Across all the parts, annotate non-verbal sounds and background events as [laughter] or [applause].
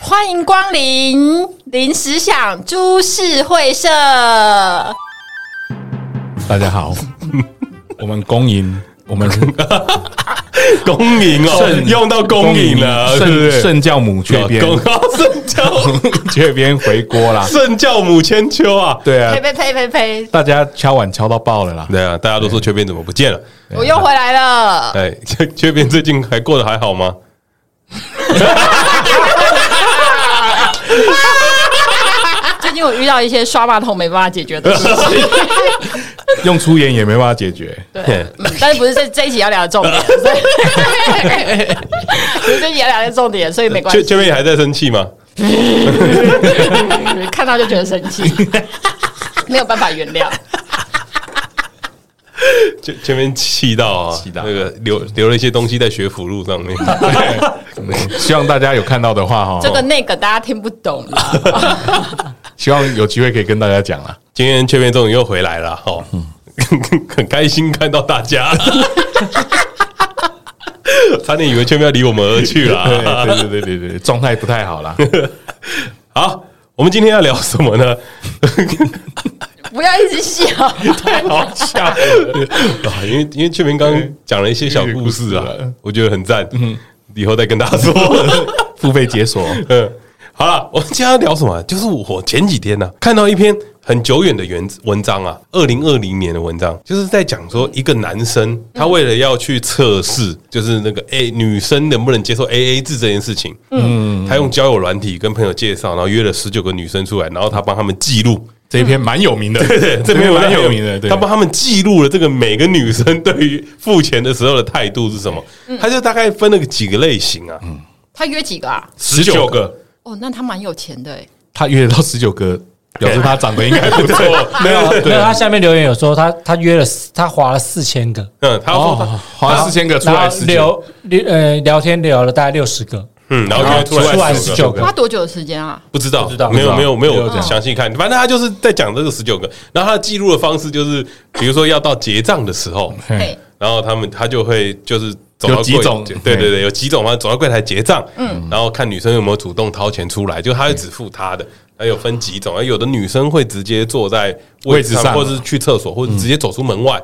欢迎光临临时想株式会社。大家好，我们恭迎我们公营哦，圣用到公营了，对不圣对？圣教母教雀边圣教雀边回锅啦。圣教母千秋啊！对啊呸，呸呸呸呸！大家敲碗敲到爆了啦。对啊，大家都说缺边怎么不见了？我又回来了。哎， [laughs] 缺缺边最近还过得还好吗？最近我遇到一些刷马桶没办法解决的事情，用粗言也没办法解决。嘿嗯但是不是这这一集要聊的重点？所以 [laughs] 不是这一集要聊的重点，所以没关缺系。缺边还在生气吗？看到就觉得生气，没有办法原谅。缺缺边气到啊，气到那个留留了一些东西在学府路上 [laughs] 面。希望大家有看到的话哈，这个那个大家听不懂啦，希望有机会可以跟大家讲啦。今天缺边终于又回来了，哦， [laughs] 很开心看到大家。 [laughs] 差点以为缺边要离我们而去了对啊。对对对对对，状态不太好啦。好，我们今天要聊什么呢？不要一直笑。好笑啊！ [laughs] 因为因为雀明刚刚讲了一些小故事啊嗯故事啊，我觉得很赞，以后再跟大家 [laughs] 说。付费解锁，嗯，好了，我们今天要聊什么啊？就是我前几天呢、啊看到一篇很久远的原文章啊，二零二零年的文章，就是在讲说一个男生他为了要去测试，就是那个 A 女生能不能接受 A A 制这件事情，嗯，他用交友软体跟朋友介绍，然后约了十九个女生出来，然后他帮他们记录。这一篇蛮有名的，对，这篇边蛮有名的。对他，帮他们记录了这个每个女生对于付钱的时候的态度是什么。他就大概分了几个类型啊，他约几个啊？十九个。哦，那他蛮有钱的哎。他约得到十九个，表示他长得应该不错。没 [laughs] 有啊没有，他下面留言有说他他约了四他划了四千个，嗯，他哦说，花四千个出然来后十九，聊聊呃聊天聊了大概六十个，嗯，然后然约后出出来来十十九九个，个花多久的时间啊？不知道，知道没有没有没没有有讲详细看，反正他就是在讲这个十九个。然后他记录的方式就是，比如说要到结账的时候，嘿，然后他们他就会就是走到有几柜种对对对，有几种嘛，走到柜台结账，嗯，然后看女生有没有主动掏钱出来，就他会只付她的。还有分几种，有的女生会直接坐在位置位置上，上嗯或者是去厕所，或者直接走出门外。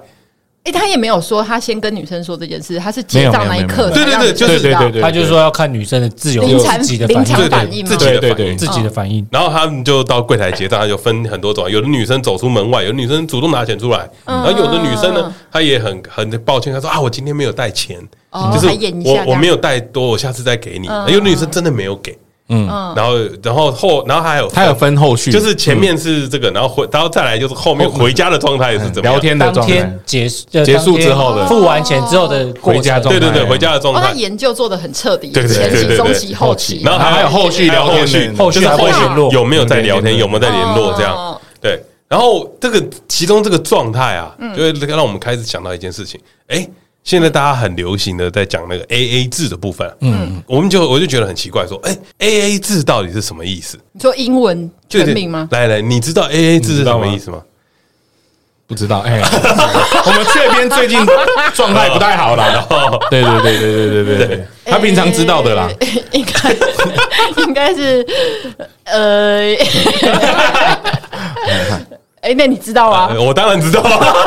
哎，他也没有说他先跟女生说这件事，他是结账那一刻没才有没有让没你有知道，对对对对对对他就说要看女生的自由临场自己的反临场应，对反应吗对，自己对的对反对应。自己的反应。然后他们就到柜台结账，他就分很多种，有的女生走出门外，有的女生主动拿钱出来，嗯然后有的女生呢，她也很很抱歉，她说啊，我今天没有带钱，哦就是还演一下这我样嗯我没有带多，我下次再给你。有的女生真的没有给，嗯，然后然后后然后还有他有分后续，嗯就是前面是这个，然后回，然后再来就是后面回家的状态是怎么样嗯聊？天的当状态天。结束呃结束当天之后的付完钱之后哦的过回家程状对对对，态回家的状哦，他态。研究做的很彻底，对对对前对期、对中对期、后期，然后还还有后续聊天的后后续续就是还后会续联络有没有在聊天，对有没有在联络这样哦？对。然后这个其中这个状态啊，就会让我们开始想到一件事情，哎。现在大家很流行的在讲那个 A A 制的部分，嗯，我们就我就觉得很奇怪，说，哎，A A 制到底是什么意思？你说英文就全是名吗？来来，你知道 A A 制是什么意思吗？不知道，哎、我们这边最近状态不太好 [laughs] 啦。哦对对对对对对对对，他平常知道的啦。诶， [laughs] 应该应该是呃，哎，那你知道吗呃？我当然知道。 [laughs] 哦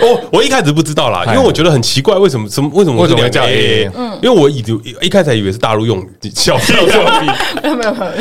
我我一开始不知道啦，因哎为我觉得很奇怪，为什么什么为什么为什么会会叫 AA？嗯，因为我以一开始还以为是大陆用语，小笑作 [laughs] 弊。没有没有没有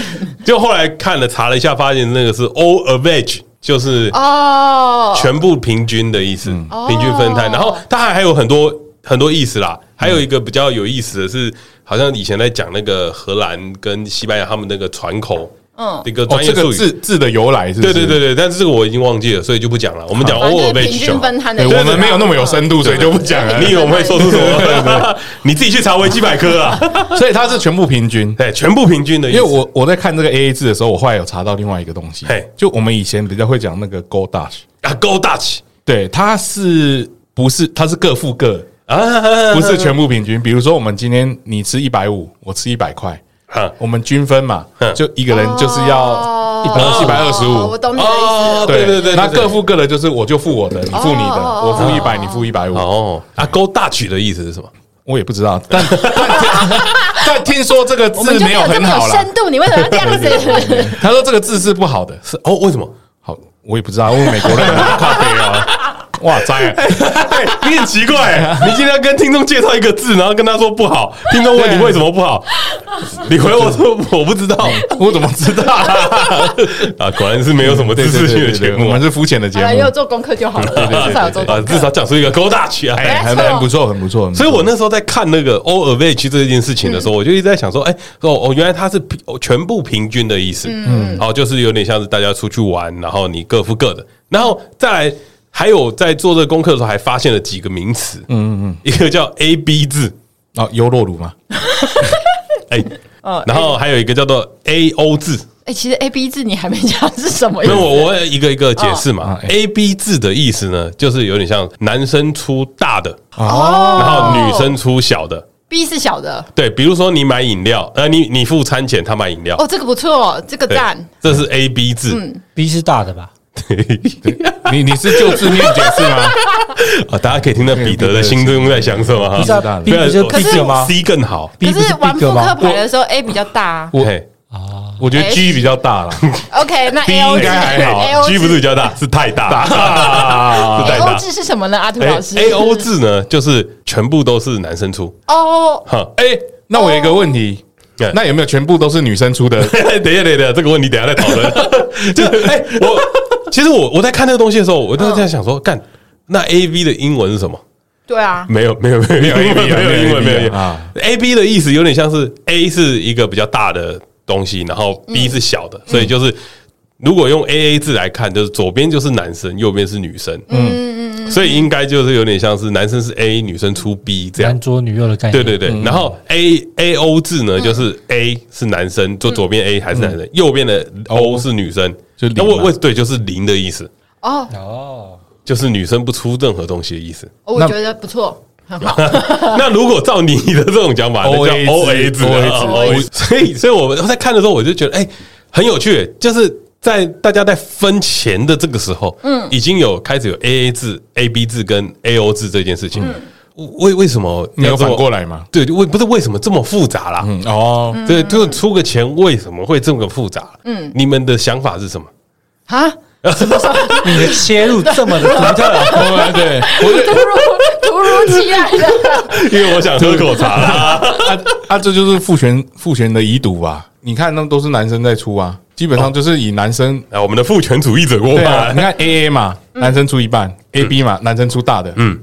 就后来看了查了一下，发现那个是 all average，就是哦，全部平均的意思，嗯平均分哦摊。然后当然还有很多很多意思啦，还有一个比较有意思的是，好像以前在讲那个荷兰跟西班牙他们那个船口，嗯，一个哦，专业这术个语。字字的由来是不对是？对对对，但是这个我已经忘记了，所以就不讲了。我们讲反正就是 all average 平均分摊的对意思啊，我们没有那么有深度，所以就不讲了你。以为我们会说出什么？你自己去查维基百科啊！所以它是全部平均。对，全部平均的意因思。为我我在看这个 A A 制的时候，我后来有查到另外一个东西嘿，就我们以前比较会讲那个 Go Dash，啊，Go Dutch 对，它是不是它是各付各，啊，不是全部平均。比如说我们今天你吃一百五，我吃一百块，啊，我们均分嘛嗯，就一个人就是要一百二、一百二十哦五我，懂你的意哦思。对对对对那对对各付各的，就是我就付我的，你付你的，哦我付一百，你付一百五。哦，啊，Go Dutch 的意思是什么？我也不知道，但 [laughs] 但听说这个我们字就没没有这很么好有啦。深度，你为什么要这 [laughs] 样子？他说这个字是不好的，是哦，为什么？好，我也不知道，问美国人靠北啊， [laughs] 哇塞，哎你很奇怪，你今天要跟听众介绍一个字，然后跟他说不好，听众问你为什么不好，你回我说我不知道我怎么知道啊？啊，果然是没有什么知对对识性对的对节对，目我啊们是肤浅的节好了，目也有，做功课就好了，至少有做啊，功至课。少讲出一个勾大曲啊。哎，没错很很不错，很不错。很不错所以我那时候在看那个 all average 这件事情的时候，我就一直在想说，哎、哦哦，原来它是平哦全部平均的意思，嗯，好，就是有点像是大家出去玩，然后你各付各的，然后再来。还有在做这个功课的时候，还发现了几个名词，嗯嗯，一个叫 A B 字，哦，优酪乳嘛，哎、哦然后还有一个叫做 A O 字，哎，其实 A B 字你还没讲是什么意因为思？我我会一个一个解释嘛哦。哎 A B 字的意思呢，就是有点像男生出大的，哦然后女生出小的。 B 是小的对，比如说你买饮料，呃，你你付餐钱，他买饮料，哦，这个不错，这个对赞。，嗯这是 A B 字 B 是大的吧？你你是就字面解释 [laughs] 吗？啊，大家可以听到彼得的心中在想什么不哈是。啊大的，B 不就可是 bigger 吗 C 更好， ？B 可不是玩是扑 bigger 克吗？牌的时候，A 比较大啊。我嘿我觉得 G 比较大了 [laughs] OK，那 B A O 应该还好，G 不是比较大，是太大， [laughs] 是太 A O 大。字是什么呢？阿图哎老师，A O 字呢，就是全部都是男生出，哦，哈， [laughs] 哎、那我有一个问题对，那有没有全部都是女生出 [laughs] 的？等一下，等一下，这个问题等一下再讨 [laughs] 论。就哎、我其实我我在看这个东西的时候，我嗯就在想说，干、那 A B 的英文是什么？对啊，没有，没有，没有没有 AB 啊没有英文，没没有有 AB 啊 A B 的意思有点像是 A 是一个比较大的东西，然后 B 是小的，所以就是如果用 A A 字来看，就是左边就是男生，右边是女生，嗯嗯，所以应该就是有点像是男生是 A，女生出 B 这样男。左女右的概对念。对对，然后 A A O 字呢，就是 A 是男生，就左边 A 还是男生，右边的 O 是女生，就零那我嘛我对哦就是零的意思，哦，哦，就是女生不出任何东西的意思。我那觉得不 [laughs] 错，很好。那如果照你的这种讲法，那叫 OA O A 字字 OA 啊字，O A 字。所以，所以我们在看的时候，我就觉得哎、很有趣，就是。在大家在分钱的这个时候，嗯，已经有开始有 A A 字、A B 字跟 A O 字这件事情，为为什么没有要这么反过来吗？对，为不是为什么这么复杂啦？嗯哦，对，就是出个钱为什么会这么复杂？嗯，你们的想法是什么？ [laughs] 啊，你的切入这 [laughs] 么的独特，嗯对 [laughs] 对，突如突如其来的，因为我想喝口 [laughs] 茶啦。啊啊，这就是父权父权的遗毒吧？你看，那都是男生在出啊，基本上就是以男生。啊，我们的父权主义者过对啊，吧你？看 A A 嘛，男生出一半；A 嗯 B 嘛，男生出大的；嗯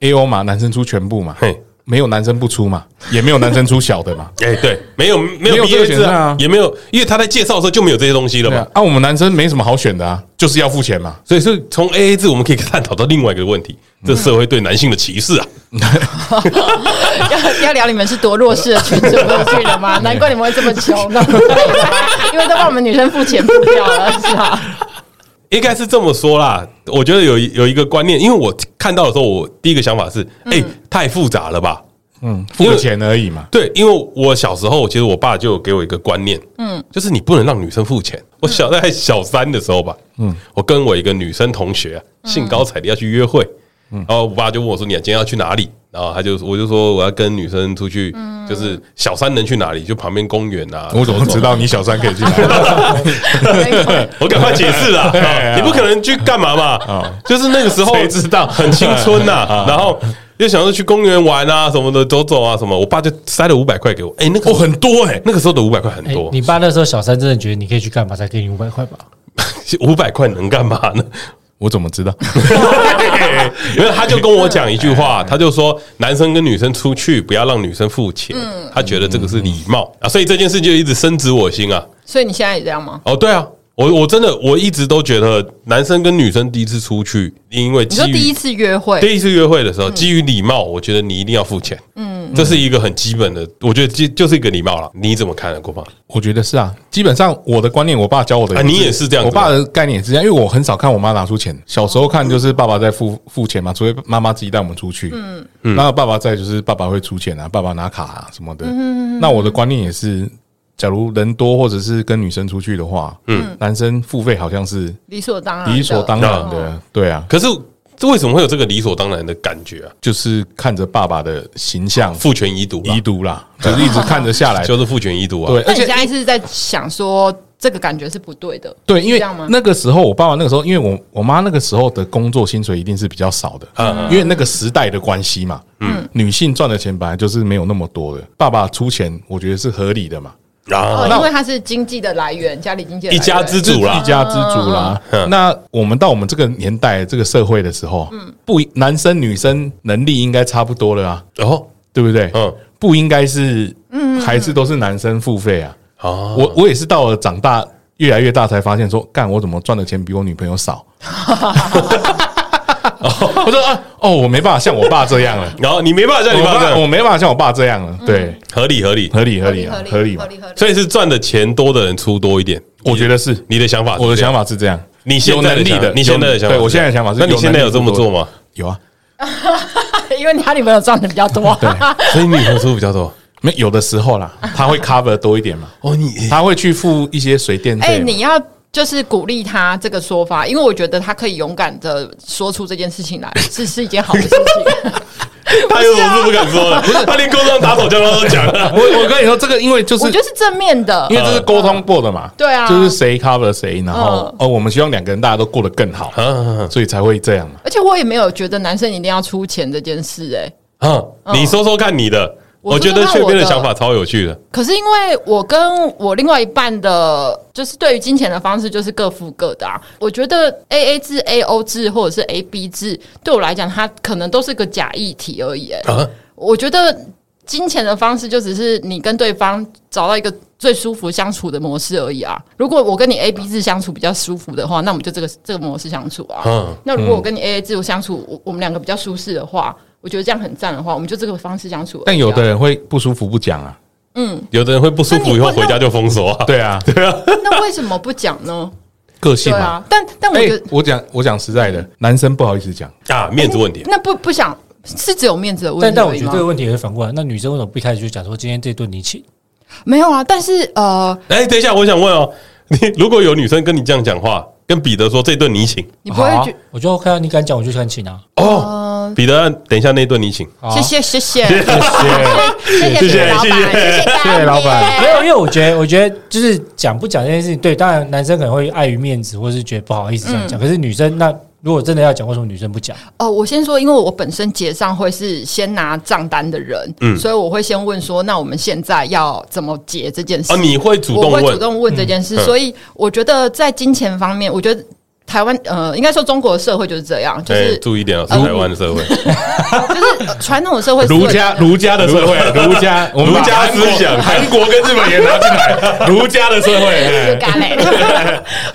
，A O 嘛，男生出全部嘛嘿，没有男生不出嘛，也没有男生出小的嘛。哎，对，没有没没有有这 B 个 A 选字项啊啊，也没有，因为他在介绍的时候就没有这些东西了对嘛啊。，啊，我们男生没什么好选的啊，就是要付钱嘛。所以是从 A A 字，我们可以探讨到另外一个问题：这社会对男性的歧视啊。 [laughs] 要要聊你们是多弱势的群组过去了 [laughs] 吗？难怪你们会这么穷，因为都帮我们女生付钱付掉了，是吧？应该是这么说啦，我觉得有一有一个观念，因为我看到的时候，我第一个想法是：哎，太复杂了吧？嗯，付个钱而已 [laughs] 嘛。对，因为我小时候，其实我爸就有给我一个观念，嗯，就是你不能让女生付钱。我小在小三的时候吧，嗯，我跟我一个女生同学、啊、兴高采烈要去约会，然后我爸就问我说：“你今天要去哪里？”然后他就我就说我要跟女生出去，就是小三能去哪里？就旁边公园啊。我怎么知道你小三可以去哪？我赶快解 [laughs] 释啦！啊你不可能去干嘛嘛？就是那个时候，啊谁知道啊很青春 [laughs] 呐。然后又想要去公园玩啊什么的，走走啊什么。我爸就塞了五百块给我，哎，那个哦很多哎，那个时候的五百块很哎多，。你爸那时候小三真的觉得你可以去干嘛，才给你五百块吧？五百块能干嘛 [laughs] 呢？ [laughs] 我怎么知道？ [laughs] 因为他就跟我讲一句哎话，他就说男生跟女生出去不要让女生付钱，嗯他觉得这个是礼貌啊，所以这件事就一直深植我心啊。 [laughs] 所以你现在也这样吗？哦，对啊，我我真的我一直都觉得男生跟女生第一次出去，因为你基说于第一次约会，第一次约会的时嗯候，基于礼貌，我觉得你一定要付钱，嗯，这是一个很基本的，我觉得就就是一个礼貌了。你怎么看呢，郭胖？我觉得是啊，基本上我的观念，我爸教我的、啊你也是这样子我爸的概念也是这样，因为我很少看我妈拿出钱。小时候看就是爸爸在付付钱嘛，除非妈妈自己带我们出去，嗯嗯，那爸爸在就是爸爸会出钱啊，爸爸拿卡啊什么的。那我的观念也是，假如人多或者是跟女生出去的话，嗯，男生付费好像是理所当然的，理所当然的，对啊。可是这为什么会有这个理所当然的感觉啊？就是看着爸爸的形象父权遗毒吧，遗毒啦，就是一直看着下来。 [laughs] 就是父权遗毒啊。对，，那而你且现在是在想说这个感觉是不对的，对，因是为这样吗那个时候我爸爸那个时候，因为我我妈那个时候的工作薪水一定是比较少的，嗯因为那个时代的关系嘛，嗯，女性赚的钱本来就是没有那么多的，爸爸出钱，我觉得是合理的嘛，然哦后，因为它是经济的来源，家里经济的来一源家之主啊啦嗯一，家之主啦。嗯那我们到我们这个年代、这个社会的时候，嗯不男生女生能力应该差不多了啊，然后对不对？嗯不应该是，还是都是男生付费啊。啊，我我也是到了长大越来越大才发现说，干我怎么赚的钱比我女朋友少？我说啊，哦，我没办法像我爸这样 [laughs] 了，然后你没办法像你我爸这爸我样，没办法像我爸这样了，对，合理合理，合理合理啊合理合理嘛合，理合理，所以是赚的钱多的人出多一点。我觉得是，你的想法，我的想法，法是这样，你现有在能力想的，你现在的想法，对我现在的想法是，那你现在有这么做吗？吗？有啊， [laughs] 因为他女朋友赚的比较多，对，所以你付出比 [laughs] 较多。没有的时候啦，他会 cover 多一点嘛，哦，你他会去付一些水电哎、费嘛。你要就是鼓励他这个说法，因为我觉得他可以勇敢的说出这件事 [laughs] 情来，是是一件好的事情。他有什么事不敢说的？他连工商打手枪他都讲了。 [laughs] 我我跟你说，这个因为就是我觉得是正面的因，为这是沟通过的嘛，对啊就是谁 cover 谁，然后嗯哦，我们希望两个人大家都过得更好，啊所以才会这样嘛。而且我也没有觉得男生一定要出钱这件事、哎，啊！嗯你说说看你的，我我觉说说得看雀我边的的想法超有趣的。可是因为我跟我另外一半的，就是对于金钱的方式就是各付各的啊。我觉得 A A 制、A O 制或者是 A B 制，对我来讲，它可能都是个假议题而已、哎啊，我觉得金钱的方式就只是你跟对方找到一个最舒服相处的模式而已啊。如果我跟你 A B 制相处比较舒服的话，那我们就这个这个模式相处啊。嗯那如果我跟你 A A 制相处，我我们两个比较舒适的话，我觉得这样很赞的话，我们就这个方式相处而已啊、但有的人会不舒服不讲啊，有的人会不舒服，以后回家就封锁啊。对啊，那为什么不讲呢？个性对嘛。啊，但但我哎觉得、，我讲我讲实在的，男生不好意思讲，啊，面子问题。那不不想是只有面子的问但题但我而已觉得吗这个问题也会反过来，那女生为什么不一开始就讲说今天这顿你请？没有啊，但是呃，哎，等一下，我想问哦，你如果有女生跟你这样讲话，跟彼得说这顿你请你不会好啊觉、我就 OK 啊，你敢讲我就敢请啊。哦，嗯彼得，等一下那顿你请。好啊谢谢谢谢谢谢谢谢谢老板谢谢谢谢谢老板干爹没有，因为我觉得，我觉得就是讲不讲这件事情，对，当然男生可能会碍于面子，或是觉得不好意思这嗯样讲。可是女生，那如果真的要讲，为什么女生不讲？哦，我先说，因为我本身结账会是先拿账单的人，嗯所以我会先问说，那我们现在要怎么结这件事？哦，你会主我动会主问，动问这件事，嗯所以我觉得在金钱方面，我觉得台湾呃，应该说中国的社会就是这样，就哎，是、注意点哦，是呃台湾的社会，就是呃传统的社会思维儒家儒家的社会，儒家我们把儒家韩国思想韩国跟日本也拿进 [laughs] 来，儒家的社会，是哎干嘞，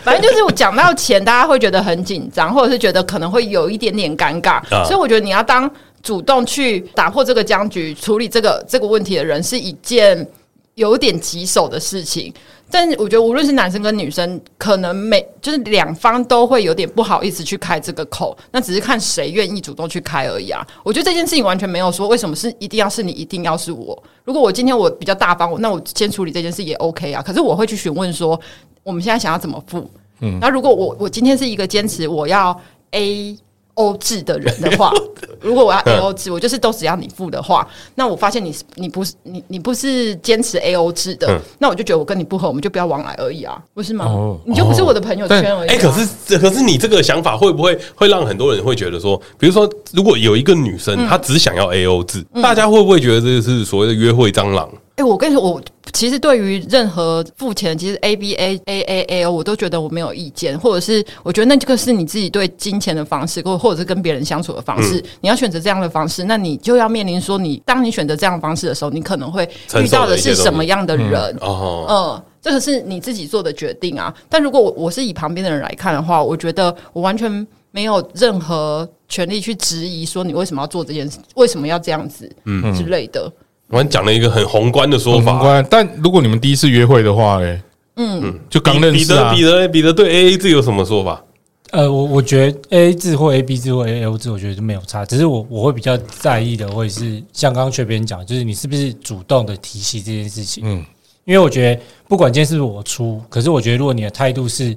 反正就是我讲到钱，大家会觉得很紧张，或者是觉得可能会有一点点尴尬，啊所以我觉得你要当主动去打破这个僵局、处理这个这个问题的人，是一件有点棘手的事情。但是我觉得，无论是男生跟女生，可能每就是两方都会有点不好意思去开这个口，那只是看谁愿意主动去开而已啊。我觉得这件事情完全没有说为什么是一定要是你，一定要是我。如果我今天我比较大方，我那我先处理这件事也 OK 啊。可是我会去询问说，我们现在想要怎么付？嗯，那如果我我今天是一个坚持我要 A O 制的人的 [laughs] 话，如果我嗯要 A O 制，我就是都只要你付的话，那我发现你是你不是你你不是坚持 A O 制的，嗯那我就觉得我跟你不合，我们就不要往来而已啊，不是吗？哦你就不是我的朋友圈而已、啊哎、可是这可是你这个想法会不会会让很多人会觉得说，比如说，如果有一个女嗯生、她只想要 A O 制，大家会不会觉得这是所谓的约会蟑螂？哎、我跟你说，我其实对于任何付钱，其实 A B A A A A O，我都觉得我没有意见，或者是我觉得那这个是你自己对金钱的方式，或或者是跟别人相处的方嗯式。你要选择这样的方式，那你就要面临说你，当你选择这样的方式的时候，你可能会承遇受到的的一些是什么样的人？哦，嗯，这个是你自己做的决定啊。但如果我我是以旁边的人来看的话，我觉得我完全没有任何权利去质疑说你为什么要做这件事，为什么要这样子，嗯之类的。我们讲了一个很宏观的说很宏法。观。但如果你们第一次约会的话，哎，嗯，就刚认彼识得啊，彼得彼得对 A A 制有什么说法？呃，我我觉得 A A 制或 A B 制或 A O 制，我觉得就没有差，只是我我会比较在意的，会是像刚刚缺别人讲，就是你是不是主动的提起这件事情。嗯嗯，因为我觉得不管今天是不是我出，可是我觉得如果你的态度是，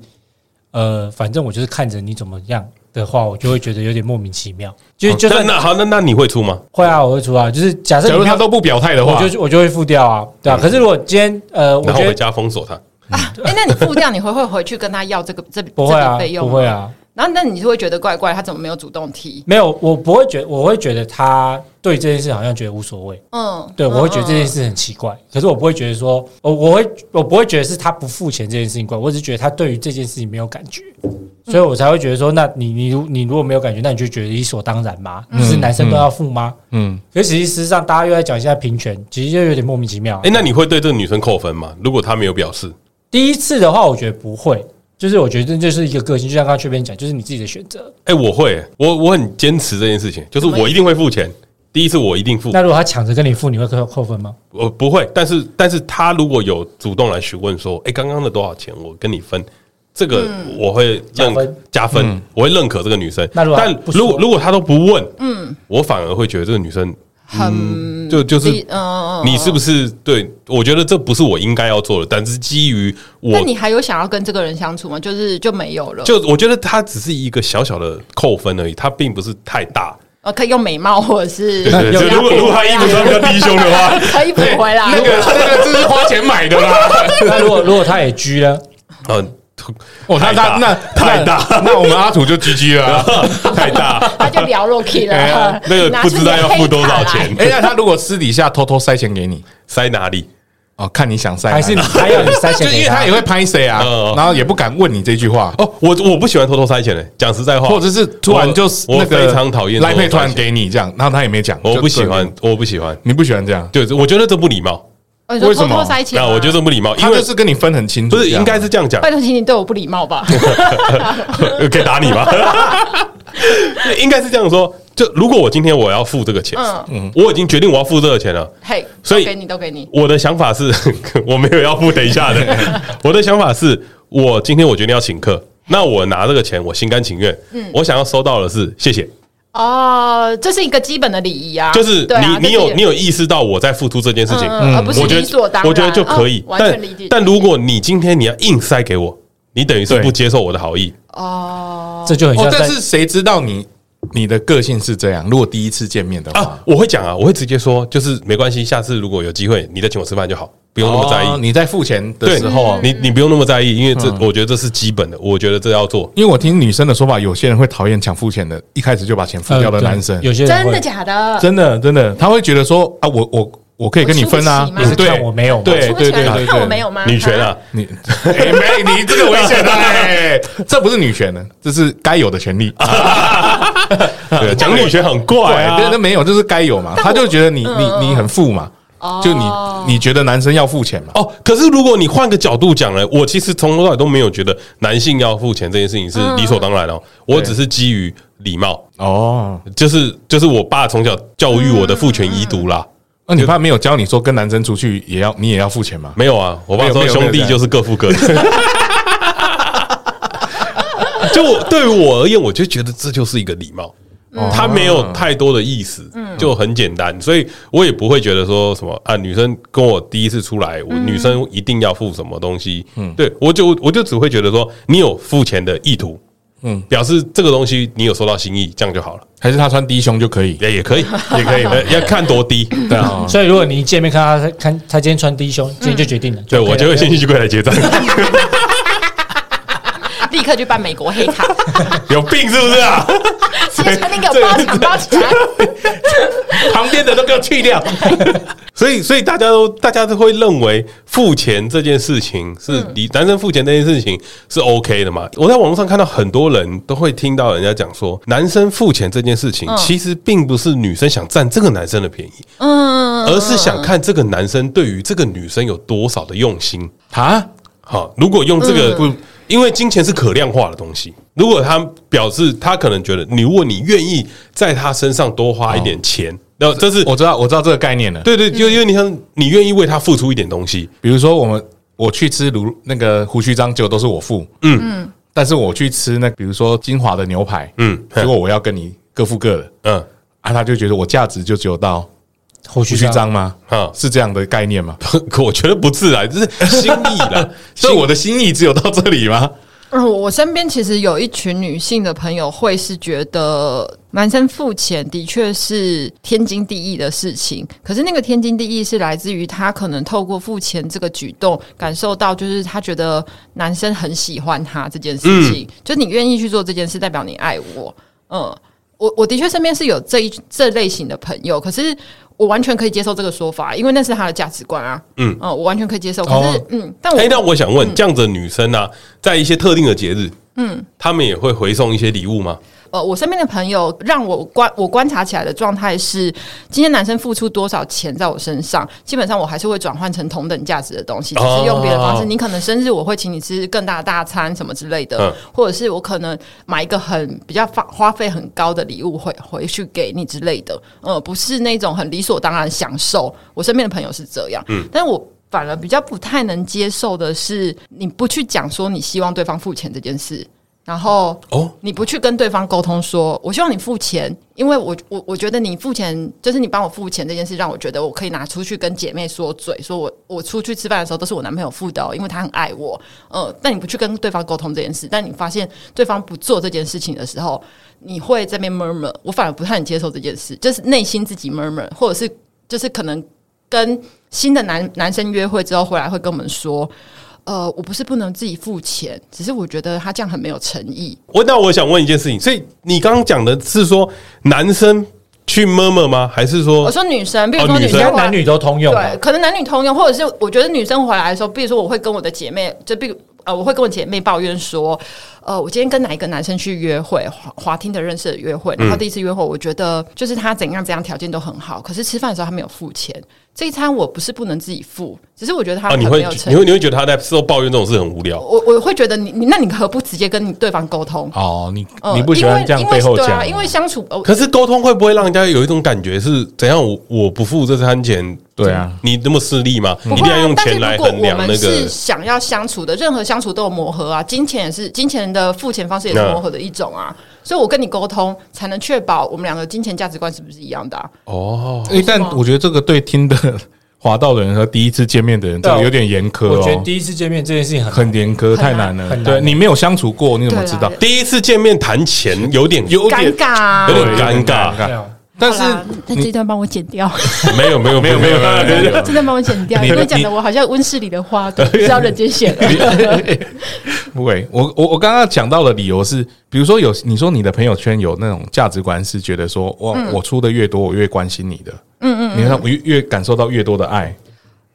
呃，反正我就是看着你怎么样，的话，我就会觉得有点莫名其妙。就就那算那好，那那你会出吗？会啊，我会出啊。就是假设假你如没有他都不表态的话，我就我就会付掉啊，对啊。可是如果今天呃，我然后觉回得家封锁他， [laughs] 哎、那你付掉，你会会回去跟他要这个这不会这啊笔费，用不吗？会啊，然后那你就会觉得怪怪，他怎么没有主动提？没有，我不会觉得，我会觉得他对这件事好像觉得无所谓。嗯，对，嗯我会觉得这件事很奇怪，可是我不会觉得说，我我会我不会觉得是他不付钱这件事情怪，我只是觉得他对于这件事情没有感觉，所以我才会觉得说，那你你如你如果没有感觉，那你就觉得理所当然吗？嗯你是男生都要付吗？嗯，可是其实事实上大家又在讲现在平权，其实就有点莫名其妙啊。哎，那你会对这个女生扣分吗？如果她没有表示，第一次的话，我觉得不会，就是我觉得这是一个个性，就像刚刚雀边讲，就是你自己的选择。哎，我会，我我很坚持这件事情，就是什么意思我一定会付钱。第一次我一定付，那如果他抢着跟你付，你会扣扣分吗？ [laughs] 我呃不会。但是，但是她如果有主动来询问说，哎，刚刚的多少钱，我跟你分，这个嗯我会认加分嗯加分，我会认可这个女生。那如果她但不说如果如果她都不问，嗯，我反而会觉得这个女生嗯很就就是理嗯，你是不是对？我觉得这不是我应该要做的，但是基于我那嗯你还有想要跟这个人相处吗？就是就没有了，就我觉得它只是一个小小的扣分而已，它并不是太大。呃，可以用美貌或者是对，有就如果如果他衣服穿比较低胸 [laughs] 的话，可以补回来，那个那个这是花钱买的啦。那如果如果他也拘了，嗯，哦，他他那太大那那我们阿土就 GG 了啊。太大，他就聊 Rocky 哎了呀，啊那个 [laughs] 拿不出你知的道要黑付多卡少来钱，哎，那他如果私底下偷偷塞钱给你，塞哪里？哦，看你想塞哪还里， [laughs] 是你还要你塞就钱因给为他他也？会拍谁啊嗯，然后也不敢问你这句话，哦，我我不喜欢偷偷塞钱的，讲实在话，或者是突然就哦我那个我非常讨厌赖佩偷偷突然塞钱给你这样，然后他也没讲，我就不喜对欢了，，我不喜欢，你不喜欢这样，就是我觉得这不礼貌。哦你说为什偷么偷塞钱那吗？我觉得这不礼貌，因他为就是跟你分很清楚不这样，是应该是这样讲 [laughs] 拜，托，请你对我不礼貌吧？可以打你吗？ [laughs] 应该是这样说，就如果我今天我要付这个钱，嗯，我已经决定我要付这个钱了。嘿，所以都给你都给你，我的想法是， [laughs] 我没有要付等一下的。我的想法是我今天我决定要请客，那我拿这个钱，我心甘情愿。我想要收到的是谢谢，哦，这是一个基本的礼仪啊，就是对啊你你这是一有个你有意识到我在付出这件事情，嗯嗯而不是我觉理所得当然我觉得就可以嗯。完全但理解但如果你今天你要硬塞给我，你等于是对不接受我的好意。哦，这就很哦像，在但是谁知道你你的个性是这样？如果第一次见面的话啊，，我会讲啊，我会直接说，就是没关系，下次如果有机会，你再请我吃饭就好，不用那么在意。哦你在付钱的对时候啊，，嗯你你不用那么在意，因为这、我觉得这是基本的，我觉得这要做。因为我听女生的说法，有些人会讨厌抢付钱的，一开始就把钱付掉的男生呃，对有些人真会的假的？真的真的，他会觉得说啊，我我我可以跟你分啊我出不起吗，对看我没有吗对出不起来对对对看我对没有吗？女权啊，你 [laughs] 哎没你这个危险的，哎这不是女权的，这是该有的权利。 [laughs] 对，讲女权很嗯对怪啊，啊那。那没有，就是该有嘛。但我他就觉得你你你很富嘛，啊，就你你觉得男生要付钱嘛？哦，可是如果你换个角度讲呢，我其实从头到尾都没有觉得男性要付钱这件事情是嗯理所当然哦，我只是基于礼貌，哦，就是就是我爸从小教育我的父权遗毒啦，那你爸没有教你说跟男生出去也要你也要付钱吗？没有啊，我爸没有说没有兄弟就是各付各的。 [laughs] 就我对于我而言，我就觉得这就是一个礼貌，他没有太多的意思，就很简单，所以我也不会觉得说什么啊，女生跟我第一次出来，我女生一定要付什么东西，对我就我就只会觉得说你有付钱的意图，嗯，表示这个东西你有收到心意，这样就好了，还是他穿低胸就可以？也也可以，也可以， [laughs] 要看多低，对啊，所以如果你一见面看到他看他今天穿低胸，今天就决定了，对 OK 我了就会先去柜台结 [laughs] 账。 [laughs] 立刻去办美国黑卡， [laughs] 有病是不是 [laughs] 啊？直接餐厅给我 [laughs] 包抢包起来。旁边的都给我去 [laughs] 掉。所以，所以大家都大家都会认为付钱这件事情是嗯理、男生付钱这件事情是 OK 的嘛？我在网络上看到很多人都会听到人家讲说，男生付钱这件事嗯情其实并不是女生想占这个男生的便宜，嗯，而是想看这个男生对于这个女生有多少的用心。啊，好，如果用这个不，因为金钱是可量化的东西。如果他表示他可能觉得你，如果你愿意在他身上多花一点钱，那这是我知道，我知道这个概念了。对对，就因为你想，你愿意为他付出一点东西，比如说我们我去吃卤那个胡须章，结果都是我付，嗯嗯，但是我去吃那比如说金华的牛排，嗯嗯，结果我要跟你各付各的，嗯，啊，他就觉得我价值就只有到胡胡须须章，章吗？嗯啊， [laughs] 是这样的概 [laughs] 念吗？ [laughs] 可我觉得不自然，就是心意啦。所以我的心意只有到这里吗？嗯，我身边其实有一群女性的朋友，会是觉得男生付钱的确是天经地义的事情，可是那个天经地义是来自于他可能透过付钱这个举动，感受到就是他觉得男生很喜欢他这件事情，就你愿意去做这件事，代表你爱我。嗯，我我的确身边是有这一这类型的朋友，可是。我完全可以接受这个说法，因为那是他的价值观啊。嗯，哦、我完全可以接受。可是，哦嗯，但我哎、那我想问，这样子的女生啊，在一些特定的节日，嗯，她们也会回送一些礼物吗？呃，我身边的朋友让我观我观察起来的状态是，今天男生付出多少钱在我身上，基本上我还是会转换成同等价值的东西，只是用别的方式。哦你可能生日我会请你吃更大的大餐什么之类的，嗯或者是我可能买一个很比较花花费很高的礼物回回去给你之类的，呃，不是那种很理所当然享受。我身边的朋友是这样，嗯，但是我。反而比较不太能接受的是，你不去讲说你希望对方付钱这件事，然后哦你不去跟对方沟通说，我希望你付钱，因为我我我觉得你付钱，就是你帮我付钱这件事，让我觉得我可以拿出去跟姐妹说嘴，说我我出去吃饭的时候都是我男朋友付的、哦，因为他很爱我。呃，但你不去跟对方沟通这件事，但你发现对方不做这件事情的时候，你会这边 murmur，我反而不太能接受这件事，就是内心自己 murmur，或者是就是可能跟新的男男生约会之后回来会跟我们说。呃，我不是不能自己付钱，只是我觉得他这样很没有诚意。我那我想问一件事情，所以你刚刚讲的是说男生去摸摸吗？还是我说说女生，比如哦说女应生生该回来男女都通用吧。啊对，可能男女通用，或者是我觉得女生回来的时候，比如说我会跟我的姐妹，就比如呃，我会跟我姐妹抱怨说，呃，我今天跟哪一个男生去约会，滑滑听的认识的约会，嗯然后第一次约会，我觉得就是他怎样怎样条件都很好，可是吃饭的时候他没有付钱，这一餐我不是不能自己付，只是我觉得他哦啊，很你没会有你诚会意。你会觉得他在事后抱怨这种事很无聊？我我会觉得你你那你何不直接跟你对方沟通？哦，你呃你不喜欢这样因为背因后为对啊，讲，因为相处，呃可是沟通会不会让人家有一种感觉是怎样？我我不付这餐钱，对啊你那么势利吗？不嗯一会定啊要用但是钱来如果衡量我那们个是？想要相处的，任何相处都有磨合啊，金钱也是金钱的付钱方式也是嗯磨合的一种啊。所以我跟你沟通，才能确保我们两个金钱价值观是不是一样的、啊。哦，诶但我觉得这个对听的滑道的人和第一次见面的人，这对啊个有点严苛我觉得哦，第一次见面这件事情很很严苛，太难了。很难对你没有相处过，你怎么对啊知道对？第一次见面谈钱有点有尴点尬、啊有对点尴尬对啊但是好啦那这一段帮我剪掉，没有没有没有没有没有， [laughs] 这段帮我剪掉，你因为你讲的我好像温室里的花，都不知道人间 [laughs] 险恶。 [laughs] 不会，我我我刚刚讲到的理由是，比如说有你说你的朋友圈有那种价值观是觉得说，哇，我出的越多，我越关心你的，嗯嗯嗯，你看我越越感受到越多的爱，